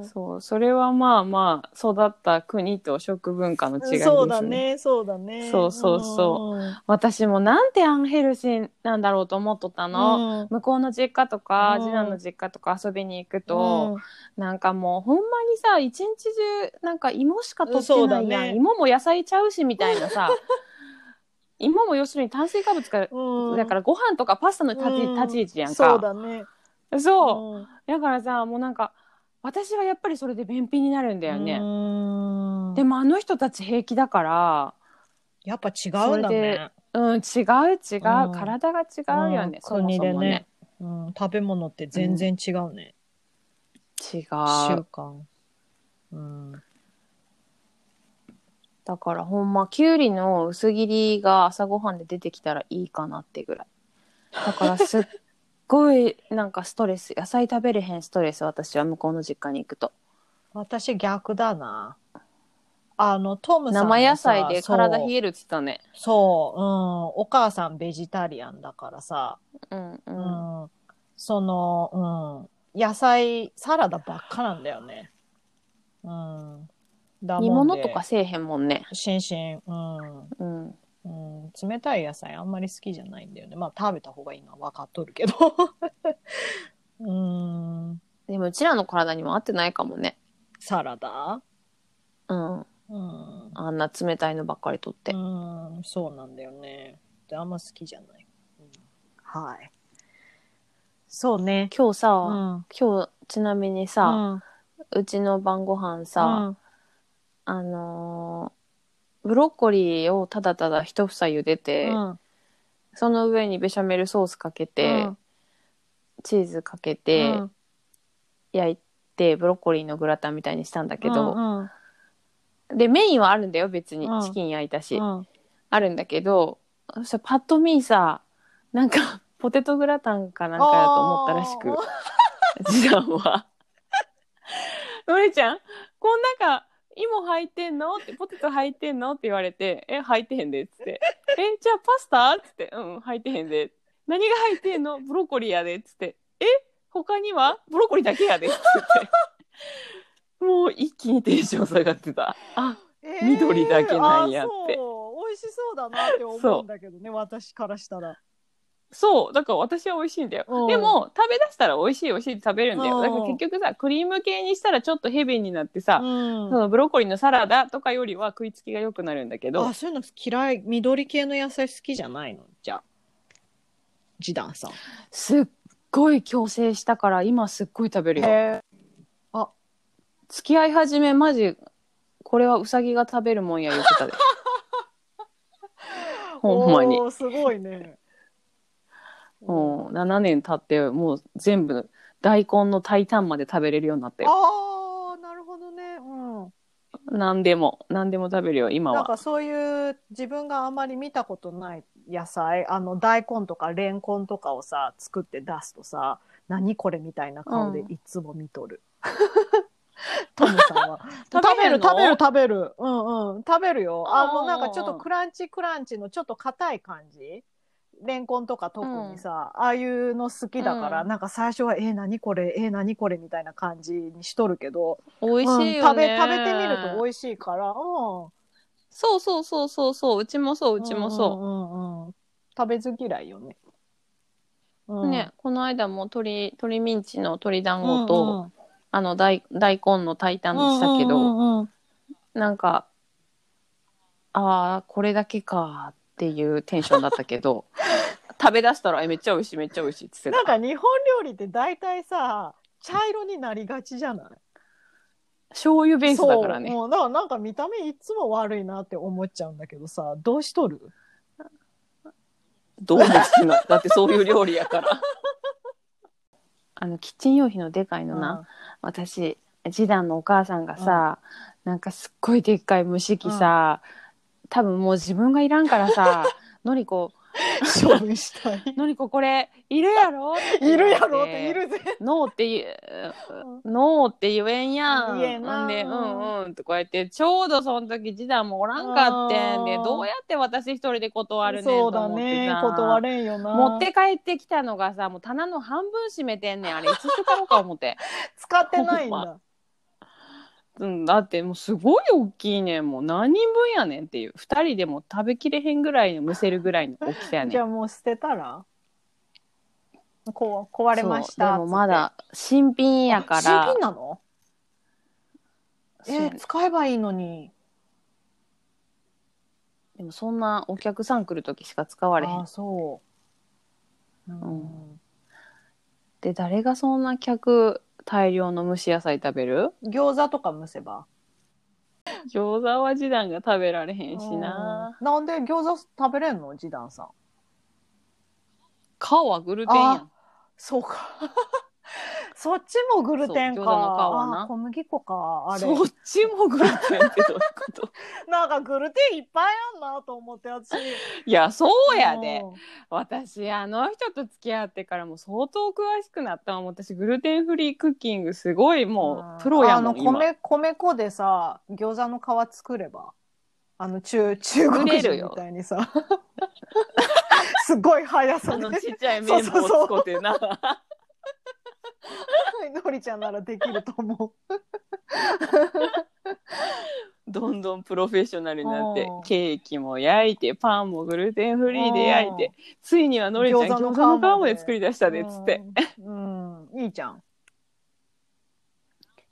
[SPEAKER 2] ん、
[SPEAKER 3] そうそれはまあまあ育った国と食文化の違いですね
[SPEAKER 2] そうだねそうだね
[SPEAKER 3] そうそうそ私もなんてアンヘルシーなんだろうと思っとった
[SPEAKER 2] うん
[SPEAKER 3] の、
[SPEAKER 2] うん
[SPEAKER 3] 向こうの実家とか、
[SPEAKER 2] うん
[SPEAKER 3] 次男の実家とか遊びに行くと、なんかもうほんまにさ一日中なんか芋しか取ってないやん、
[SPEAKER 2] そうだね
[SPEAKER 3] 芋も野菜ちゃうしみたいな さ芋も要するに炭水化物から、
[SPEAKER 2] うん、
[SPEAKER 3] だからご飯とかパスタの立ち,、
[SPEAKER 2] うん
[SPEAKER 3] 立ち位置やんか
[SPEAKER 2] そうだね
[SPEAKER 3] そう
[SPEAKER 2] うん
[SPEAKER 3] だからさもうなんか私はやっぱりそれで便秘になるんだよね、
[SPEAKER 2] ね
[SPEAKER 3] でもあの人たち平気だから
[SPEAKER 2] やっぱ違
[SPEAKER 3] うんだね。うん違う違う、体が違うよね、
[SPEAKER 2] うん
[SPEAKER 3] そもそ
[SPEAKER 2] 国で
[SPEAKER 3] もね
[SPEAKER 2] ねうん、食べ物って全然違うね。
[SPEAKER 3] 違
[SPEAKER 2] 習
[SPEAKER 3] う
[SPEAKER 2] 慣。うん。
[SPEAKER 3] だからほんまきゅうりの薄切りが朝ごはんで出てきたらいいかなってぐらいだからすっごいなんかストレス野菜食べれへんストレス私は向こうの実家に行く と
[SPEAKER 2] 私逆だな。あの、トムさん
[SPEAKER 3] 生野菜で体冷
[SPEAKER 2] え
[SPEAKER 3] えるっつったね
[SPEAKER 2] そう。そう、うん。お母さんベジタリアンだからさ。
[SPEAKER 3] うんう、
[SPEAKER 2] うんん。その、うん。野菜、サラダばっかなんだよね。うん。だ
[SPEAKER 3] 煮
[SPEAKER 2] もんで
[SPEAKER 3] 物とかせえへんもんね
[SPEAKER 2] 心身、うん。
[SPEAKER 3] うん
[SPEAKER 2] うん、冷たい野菜あんまり好きじゃないんだよね。まあ食べた方がいいのは分かっとるけど。 うーん、
[SPEAKER 3] でもうちらの体にも合ってないかもね。
[SPEAKER 2] サラダ
[SPEAKER 3] うん。
[SPEAKER 2] うん、
[SPEAKER 3] あんな冷たいのばっかりとって。
[SPEAKER 2] うん、そうなんだよね。であんま好きじゃない。うんはい。そうね。
[SPEAKER 3] 今日さ、
[SPEAKER 2] うん。
[SPEAKER 3] 今日ちなみにさ、
[SPEAKER 2] うん
[SPEAKER 3] うちの晩ご飯さ、、あのーブロッコリーをただただ一房茹で
[SPEAKER 2] う
[SPEAKER 3] て、
[SPEAKER 2] んうん
[SPEAKER 3] その上にベシャメルソースかけて、
[SPEAKER 2] うん
[SPEAKER 3] チーズかけて、
[SPEAKER 2] うん
[SPEAKER 3] 焼いてブロッコリーのグラタンみたいにしたんだけど、
[SPEAKER 2] うんうん
[SPEAKER 3] でメインはあるんだよ別に、
[SPEAKER 2] うん
[SPEAKER 3] チキン焼いたし、
[SPEAKER 2] うん
[SPEAKER 3] あるんだけどそしたらパッと見さなんか ポテトグラタンかなんかやと思ったらしく
[SPEAKER 2] あ
[SPEAKER 3] 次男は。のりちゃんこん中芋入ってんのってポテト入ってんのって言われて「え入ってへんで」っつって「えじゃあパスタ?」っつって「うん入ってへんで」「何が入ってんのブロッコリーやで」っつって「え他にはブロッコリーだけやで」っつ ってもう一気にテンション下がってたあ
[SPEAKER 2] え
[SPEAKER 3] 緑だけなんやって
[SPEAKER 2] あそう美味しそうだなって思うんだけどね、私からしたら。
[SPEAKER 3] そうだから私は美味しいんだよ
[SPEAKER 2] うん
[SPEAKER 3] でも食べだしたら美味しい美味しいって食べるんだ
[SPEAKER 2] う
[SPEAKER 3] よ
[SPEAKER 2] ん
[SPEAKER 3] だから結局さクリーム系にしたらちょっとヘビーになってさ、
[SPEAKER 2] うん
[SPEAKER 3] そのブロッコリーのサラダとかよりは食いつきが良くなるんだけど
[SPEAKER 2] あ、そういうの嫌い、緑系の野菜好きじゃないのじゃあ。ジダンさん。
[SPEAKER 3] すっごい矯正したから今すっごい食べるよ
[SPEAKER 2] あ
[SPEAKER 3] 付き合い始めマジこれはウサギが食べるもんや言ってた でほんまに
[SPEAKER 2] おー。すごいね。
[SPEAKER 3] もう7年経ってもう全部大根の大胆まで食べれるようになったよ
[SPEAKER 2] ああ、なるほどね。うん。
[SPEAKER 3] 何でも何でも食べるよ今
[SPEAKER 2] なん
[SPEAKER 3] は
[SPEAKER 2] かそういう自分があまり見たことない野菜、あの大根とかレンコンとかをさ、作って出すとさ、何これみたいな顔で
[SPEAKER 3] うん
[SPEAKER 2] いつも見とる。 トムさんは。食
[SPEAKER 3] 食べ
[SPEAKER 2] べ
[SPEAKER 3] れる
[SPEAKER 2] る
[SPEAKER 3] の
[SPEAKER 2] 食べる食べる。うんうん。食べるよ。あ
[SPEAKER 3] あー
[SPEAKER 2] のなんかちょっとクランチクランチのちょっと硬い感じ。レンコンとか特にさ、ああいうの好きだから、
[SPEAKER 3] うん
[SPEAKER 2] なんか最初は、えー、何これ、えー、何これみたいな感じにしとるけど、
[SPEAKER 3] 美味しい
[SPEAKER 2] うん
[SPEAKER 3] よ
[SPEAKER 2] 食
[SPEAKER 3] ね、
[SPEAKER 2] べ、食べてみると美味しいから、うん。
[SPEAKER 3] そうそうそうそうそううちもそううちもそう
[SPEAKER 2] うんうんうんうん食べず嫌いよね。うん
[SPEAKER 3] ね、この間も鶏鶏ミンチの鶏団
[SPEAKER 2] う
[SPEAKER 3] 子
[SPEAKER 2] ん
[SPEAKER 3] と、あの大大根の炊いたんでしたけど、
[SPEAKER 2] うんうんうん
[SPEAKER 3] なんかああこれだけかっていうテンションだったけ ど食べ出したらえめっちゃ美味しいめっちゃ美味しいって言
[SPEAKER 2] な
[SPEAKER 3] っ
[SPEAKER 2] ん
[SPEAKER 3] てた
[SPEAKER 2] か日本料理って大体さ茶色になりがちじゃない
[SPEAKER 3] 醤油ベースだからね
[SPEAKER 2] そうもうだからなんか見た目いつも悪いなって思っちゃうんだけどさどうしとる
[SPEAKER 4] どうですのだってそういう料理やから。
[SPEAKER 3] あのキッチン用品のでかいのな、私次男のお母さんがさ、なんかすっごいでっかい蒸し器さ、多分もう自分がいらんから さのりこ
[SPEAKER 2] うん処分したい
[SPEAKER 3] のりここれ いるやろって言
[SPEAKER 2] い
[SPEAKER 3] わ
[SPEAKER 2] る
[SPEAKER 3] れ
[SPEAKER 2] やろっているぜ
[SPEAKER 3] ノーって言え、ノーって言えんやん。
[SPEAKER 2] 言えんなん
[SPEAKER 3] で、うんうんとこうやって、ちょうどその時、次男もおらんかってんで、
[SPEAKER 2] うん
[SPEAKER 3] どうやって私一人で断るねんと
[SPEAKER 2] そうだ
[SPEAKER 3] 思って
[SPEAKER 2] ね
[SPEAKER 3] さ。
[SPEAKER 2] 断れんよな
[SPEAKER 3] 持って帰ってきたのがさ、もう棚の半分閉めてんねん。あれ、いつ使おうか思って。
[SPEAKER 2] 使ってないん
[SPEAKER 3] ほん
[SPEAKER 2] だ
[SPEAKER 3] うん、だってもうすごい大きいねん。もう何人分やねんっていう。二人でも食べきれへんぐらいの、むせるぐらいの大きさやねん
[SPEAKER 2] じゃ。あもう捨てたらこ壊れました
[SPEAKER 3] そうでもまだ新品やから。
[SPEAKER 2] 新品なの
[SPEAKER 3] そうやね
[SPEAKER 2] え
[SPEAKER 3] ん
[SPEAKER 2] 使えばいいのに
[SPEAKER 3] でもそんなお客さん来る時しか使われへん
[SPEAKER 2] あそう、
[SPEAKER 3] んで誰がそんな客大量の蒸し野菜食べる
[SPEAKER 2] 餃子とか蒸せば
[SPEAKER 3] 餃子は次男が食べられへんしな
[SPEAKER 2] うんなんで餃子食べれんの次男さん
[SPEAKER 3] 皮はグルテンやん
[SPEAKER 2] そうか そっちもグルテン
[SPEAKER 3] そ
[SPEAKER 2] か
[SPEAKER 3] う餃子の皮はな
[SPEAKER 2] あ小麦粉かあれ
[SPEAKER 3] そっちもグルテンってどういうこと
[SPEAKER 2] なんかグルテンいっぱいあんなと思って私
[SPEAKER 3] いやそうやで
[SPEAKER 2] うん
[SPEAKER 3] 私あの人と付き合ってからもう相当詳しくなったもん私グルテンフリークッキングすごいもうプロやも
[SPEAKER 2] あの
[SPEAKER 3] ん今
[SPEAKER 2] 米米粉でさ餃子の皮作ればあの中中国
[SPEAKER 3] 作れ
[SPEAKER 2] 人
[SPEAKER 3] るよ
[SPEAKER 2] みたい にさ すごい速
[SPEAKER 3] あ
[SPEAKER 2] さで
[SPEAKER 3] のちっちゃい綿棒
[SPEAKER 2] そうそう
[SPEAKER 3] 使
[SPEAKER 2] そう
[SPEAKER 3] てな
[SPEAKER 2] のりちゃんならできると思
[SPEAKER 4] どんどんプロフェッショナルになって
[SPEAKER 2] うん
[SPEAKER 4] ケーキも焼いてパンもグルテンフリーで焼いてついにはのりちゃん
[SPEAKER 2] 餃子の
[SPEAKER 4] 餃
[SPEAKER 2] 皮
[SPEAKER 4] 子
[SPEAKER 2] ま
[SPEAKER 4] の
[SPEAKER 2] で
[SPEAKER 4] 皮まで作り出し
[SPEAKER 2] う
[SPEAKER 4] たでっつって
[SPEAKER 2] うん、うんいいじゃん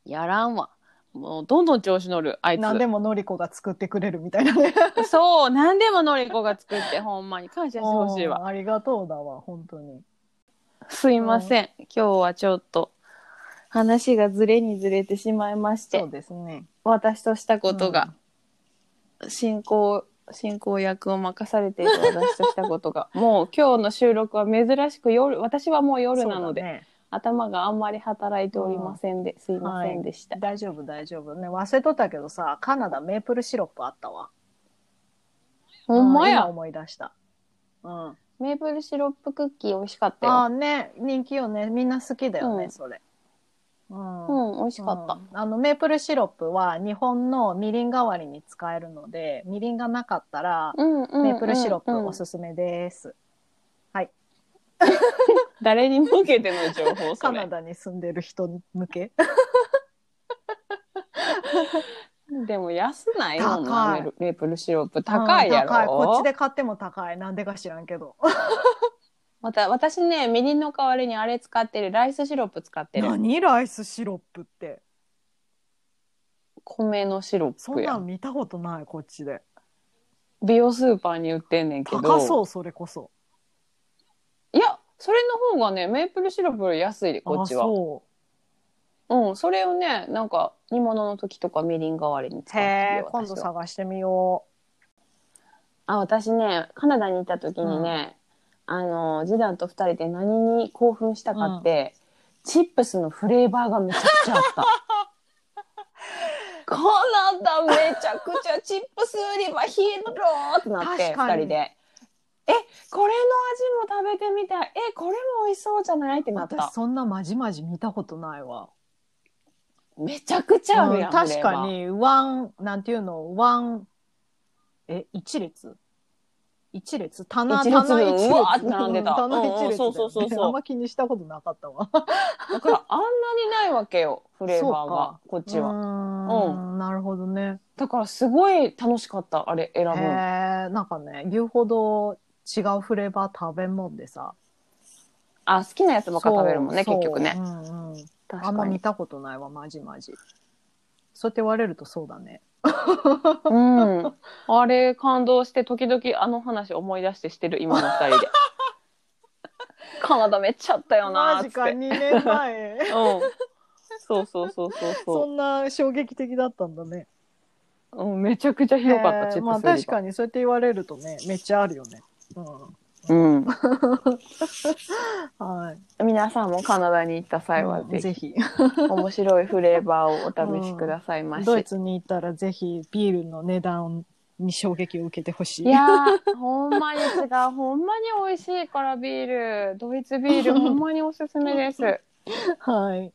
[SPEAKER 3] やらんわもうどんどん調子乗るあいつ
[SPEAKER 2] 何でものりこが作ってくれるみたいなね
[SPEAKER 3] そう何でものりこが作ってほんまに感謝してほしいわ
[SPEAKER 2] うんありがとうだわ本当に
[SPEAKER 3] すいません、今日はちょっと話がずれにずれてしまいまして
[SPEAKER 2] そうですね
[SPEAKER 3] 私としたことが、進行進行役を任されている私としたこと がもう今日の収録は珍しく夜私はもう夜なので、
[SPEAKER 2] そうだね
[SPEAKER 3] 頭があんまり働いておりませんで、すいませんでした、
[SPEAKER 2] 大丈夫大丈夫ね忘れとったけどさカナダメープルシロップあったわ
[SPEAKER 3] ほんま
[SPEAKER 2] う今
[SPEAKER 3] や
[SPEAKER 2] 思い出したうん
[SPEAKER 3] メープルシロップクッキー美味しかった
[SPEAKER 2] あ
[SPEAKER 3] よ
[SPEAKER 2] あね人気よねみんな好きだよね、
[SPEAKER 3] うん
[SPEAKER 2] それうん
[SPEAKER 3] うん美味しかった、
[SPEAKER 2] うんあのメープルシロップは日本のみりん代わりに使えるのでみりんがなかったら
[SPEAKER 3] うんうんうんうん
[SPEAKER 2] メープルシロップおすすめです、
[SPEAKER 3] 誰に向けて
[SPEAKER 4] での情報そ
[SPEAKER 2] カ
[SPEAKER 4] れ
[SPEAKER 2] ナダに住んでる人向け
[SPEAKER 3] でも安ない
[SPEAKER 2] 高い
[SPEAKER 3] もんなメルメープルシロップ 高いやろ、
[SPEAKER 2] うん高いこっちで買っても高いなんでか知らんけど
[SPEAKER 3] また私ねみりんの代わりにあれ使ってるライスシロップ使ってる
[SPEAKER 2] 何ライスシロップって
[SPEAKER 3] 米のシロッ
[SPEAKER 2] そん
[SPEAKER 3] プ
[SPEAKER 2] な
[SPEAKER 3] や
[SPEAKER 2] ん見たことないこっちで
[SPEAKER 3] 美容スーパーに売ってんねんけど
[SPEAKER 2] 高そうそれこそ
[SPEAKER 3] いやそれの方がねメープルシロップより安いでこっち
[SPEAKER 2] あ
[SPEAKER 3] は
[SPEAKER 2] そ
[SPEAKER 3] うんそれをねなんか煮物の時とかみりん代わりに使
[SPEAKER 2] う
[SPEAKER 3] ってる
[SPEAKER 2] へえ
[SPEAKER 3] よ
[SPEAKER 2] 今
[SPEAKER 3] 私
[SPEAKER 2] 度
[SPEAKER 3] は
[SPEAKER 2] 探してみよ
[SPEAKER 3] あ私ねカナダに行った時にね、あの次男と二人で何に興奮したかって、チップスのフレーバーがめちゃくちゃあった カナダめちゃくちゃチップス売り場ヒーローってなって
[SPEAKER 2] 確か
[SPEAKER 3] 二
[SPEAKER 2] に
[SPEAKER 3] 人で。えこれの味も食べてみたいえこれも美味しそうじゃないって
[SPEAKER 2] う
[SPEAKER 3] なっ
[SPEAKER 2] 私
[SPEAKER 3] た
[SPEAKER 2] そんなまじまじ見たことないわ
[SPEAKER 3] めちゃくちゃあるやん、
[SPEAKER 2] うん
[SPEAKER 3] フレ
[SPEAKER 2] 確
[SPEAKER 3] ーバー
[SPEAKER 2] かにワンなんていうのワンえ一列一列棚
[SPEAKER 3] 一列
[SPEAKER 2] 棚
[SPEAKER 3] 分
[SPEAKER 2] 一列
[SPEAKER 3] うわーって並んでた
[SPEAKER 2] 棚一列だよ
[SPEAKER 3] うんう
[SPEAKER 2] ね
[SPEAKER 3] んそうそうそうそう
[SPEAKER 2] あんま気にしたことなかったわ
[SPEAKER 3] だからあんなにないわけよフレーバー
[SPEAKER 2] そうか
[SPEAKER 3] がこっちは、
[SPEAKER 2] はうんなるほどね
[SPEAKER 3] だからすごい楽しかったあれ選ぶ
[SPEAKER 2] へ
[SPEAKER 3] の
[SPEAKER 2] えなんかね言うほど違うフレーバー食べんもんでさ
[SPEAKER 3] あ好きなやつばっか食べるもんね
[SPEAKER 2] そう
[SPEAKER 3] 結局ね
[SPEAKER 2] そううんうん
[SPEAKER 3] 確
[SPEAKER 2] あんま
[SPEAKER 3] か
[SPEAKER 2] 見
[SPEAKER 3] に
[SPEAKER 2] たことないわマジマジそうやって言われるとそうだね
[SPEAKER 3] うん あれ感動して時々あの話思い出してしてる今の二人 でカナダめっちゃあったよな
[SPEAKER 2] マ
[SPEAKER 3] ーっ
[SPEAKER 2] ジ
[SPEAKER 3] つ
[SPEAKER 2] か
[SPEAKER 3] って
[SPEAKER 2] 2年前
[SPEAKER 3] うんそうそうそうそう
[SPEAKER 2] そ
[SPEAKER 3] そ
[SPEAKER 2] んな衝撃的だったんだね
[SPEAKER 3] う、うん、めちゃくちゃ広かった、
[SPEAKER 2] えー
[SPEAKER 3] チップス売り場、
[SPEAKER 2] まあ確かにそうやって言われるとねめっちゃあるよねう
[SPEAKER 3] うん、
[SPEAKER 2] んはい
[SPEAKER 3] 皆さんもカナダに行った際は
[SPEAKER 2] うん
[SPEAKER 3] ぜ
[SPEAKER 2] ぜ
[SPEAKER 3] ひ
[SPEAKER 2] ひ
[SPEAKER 3] 面白いフレーバーをお試しくださいまし、
[SPEAKER 2] ドイツに行ったらぜひビールの値段に衝撃を受けてほしい
[SPEAKER 3] いやーほんまに違うほんまに美味しいからビールドイツビールほんまにおすすめです
[SPEAKER 2] はい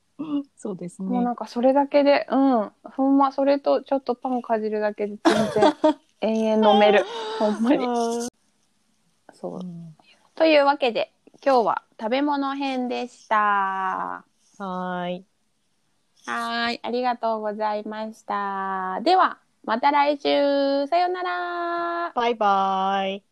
[SPEAKER 2] そうです
[SPEAKER 3] もうな
[SPEAKER 2] ね
[SPEAKER 3] んかそれだけでうんほんまそれとちょっとパンかじるだけで 全然永遠飲めるほんまにそう
[SPEAKER 2] うん
[SPEAKER 3] というわけで今日は食べ物編でしたは
[SPEAKER 2] はーい
[SPEAKER 3] ーいありがとうございましたではまた来週さよなら
[SPEAKER 2] バイバイ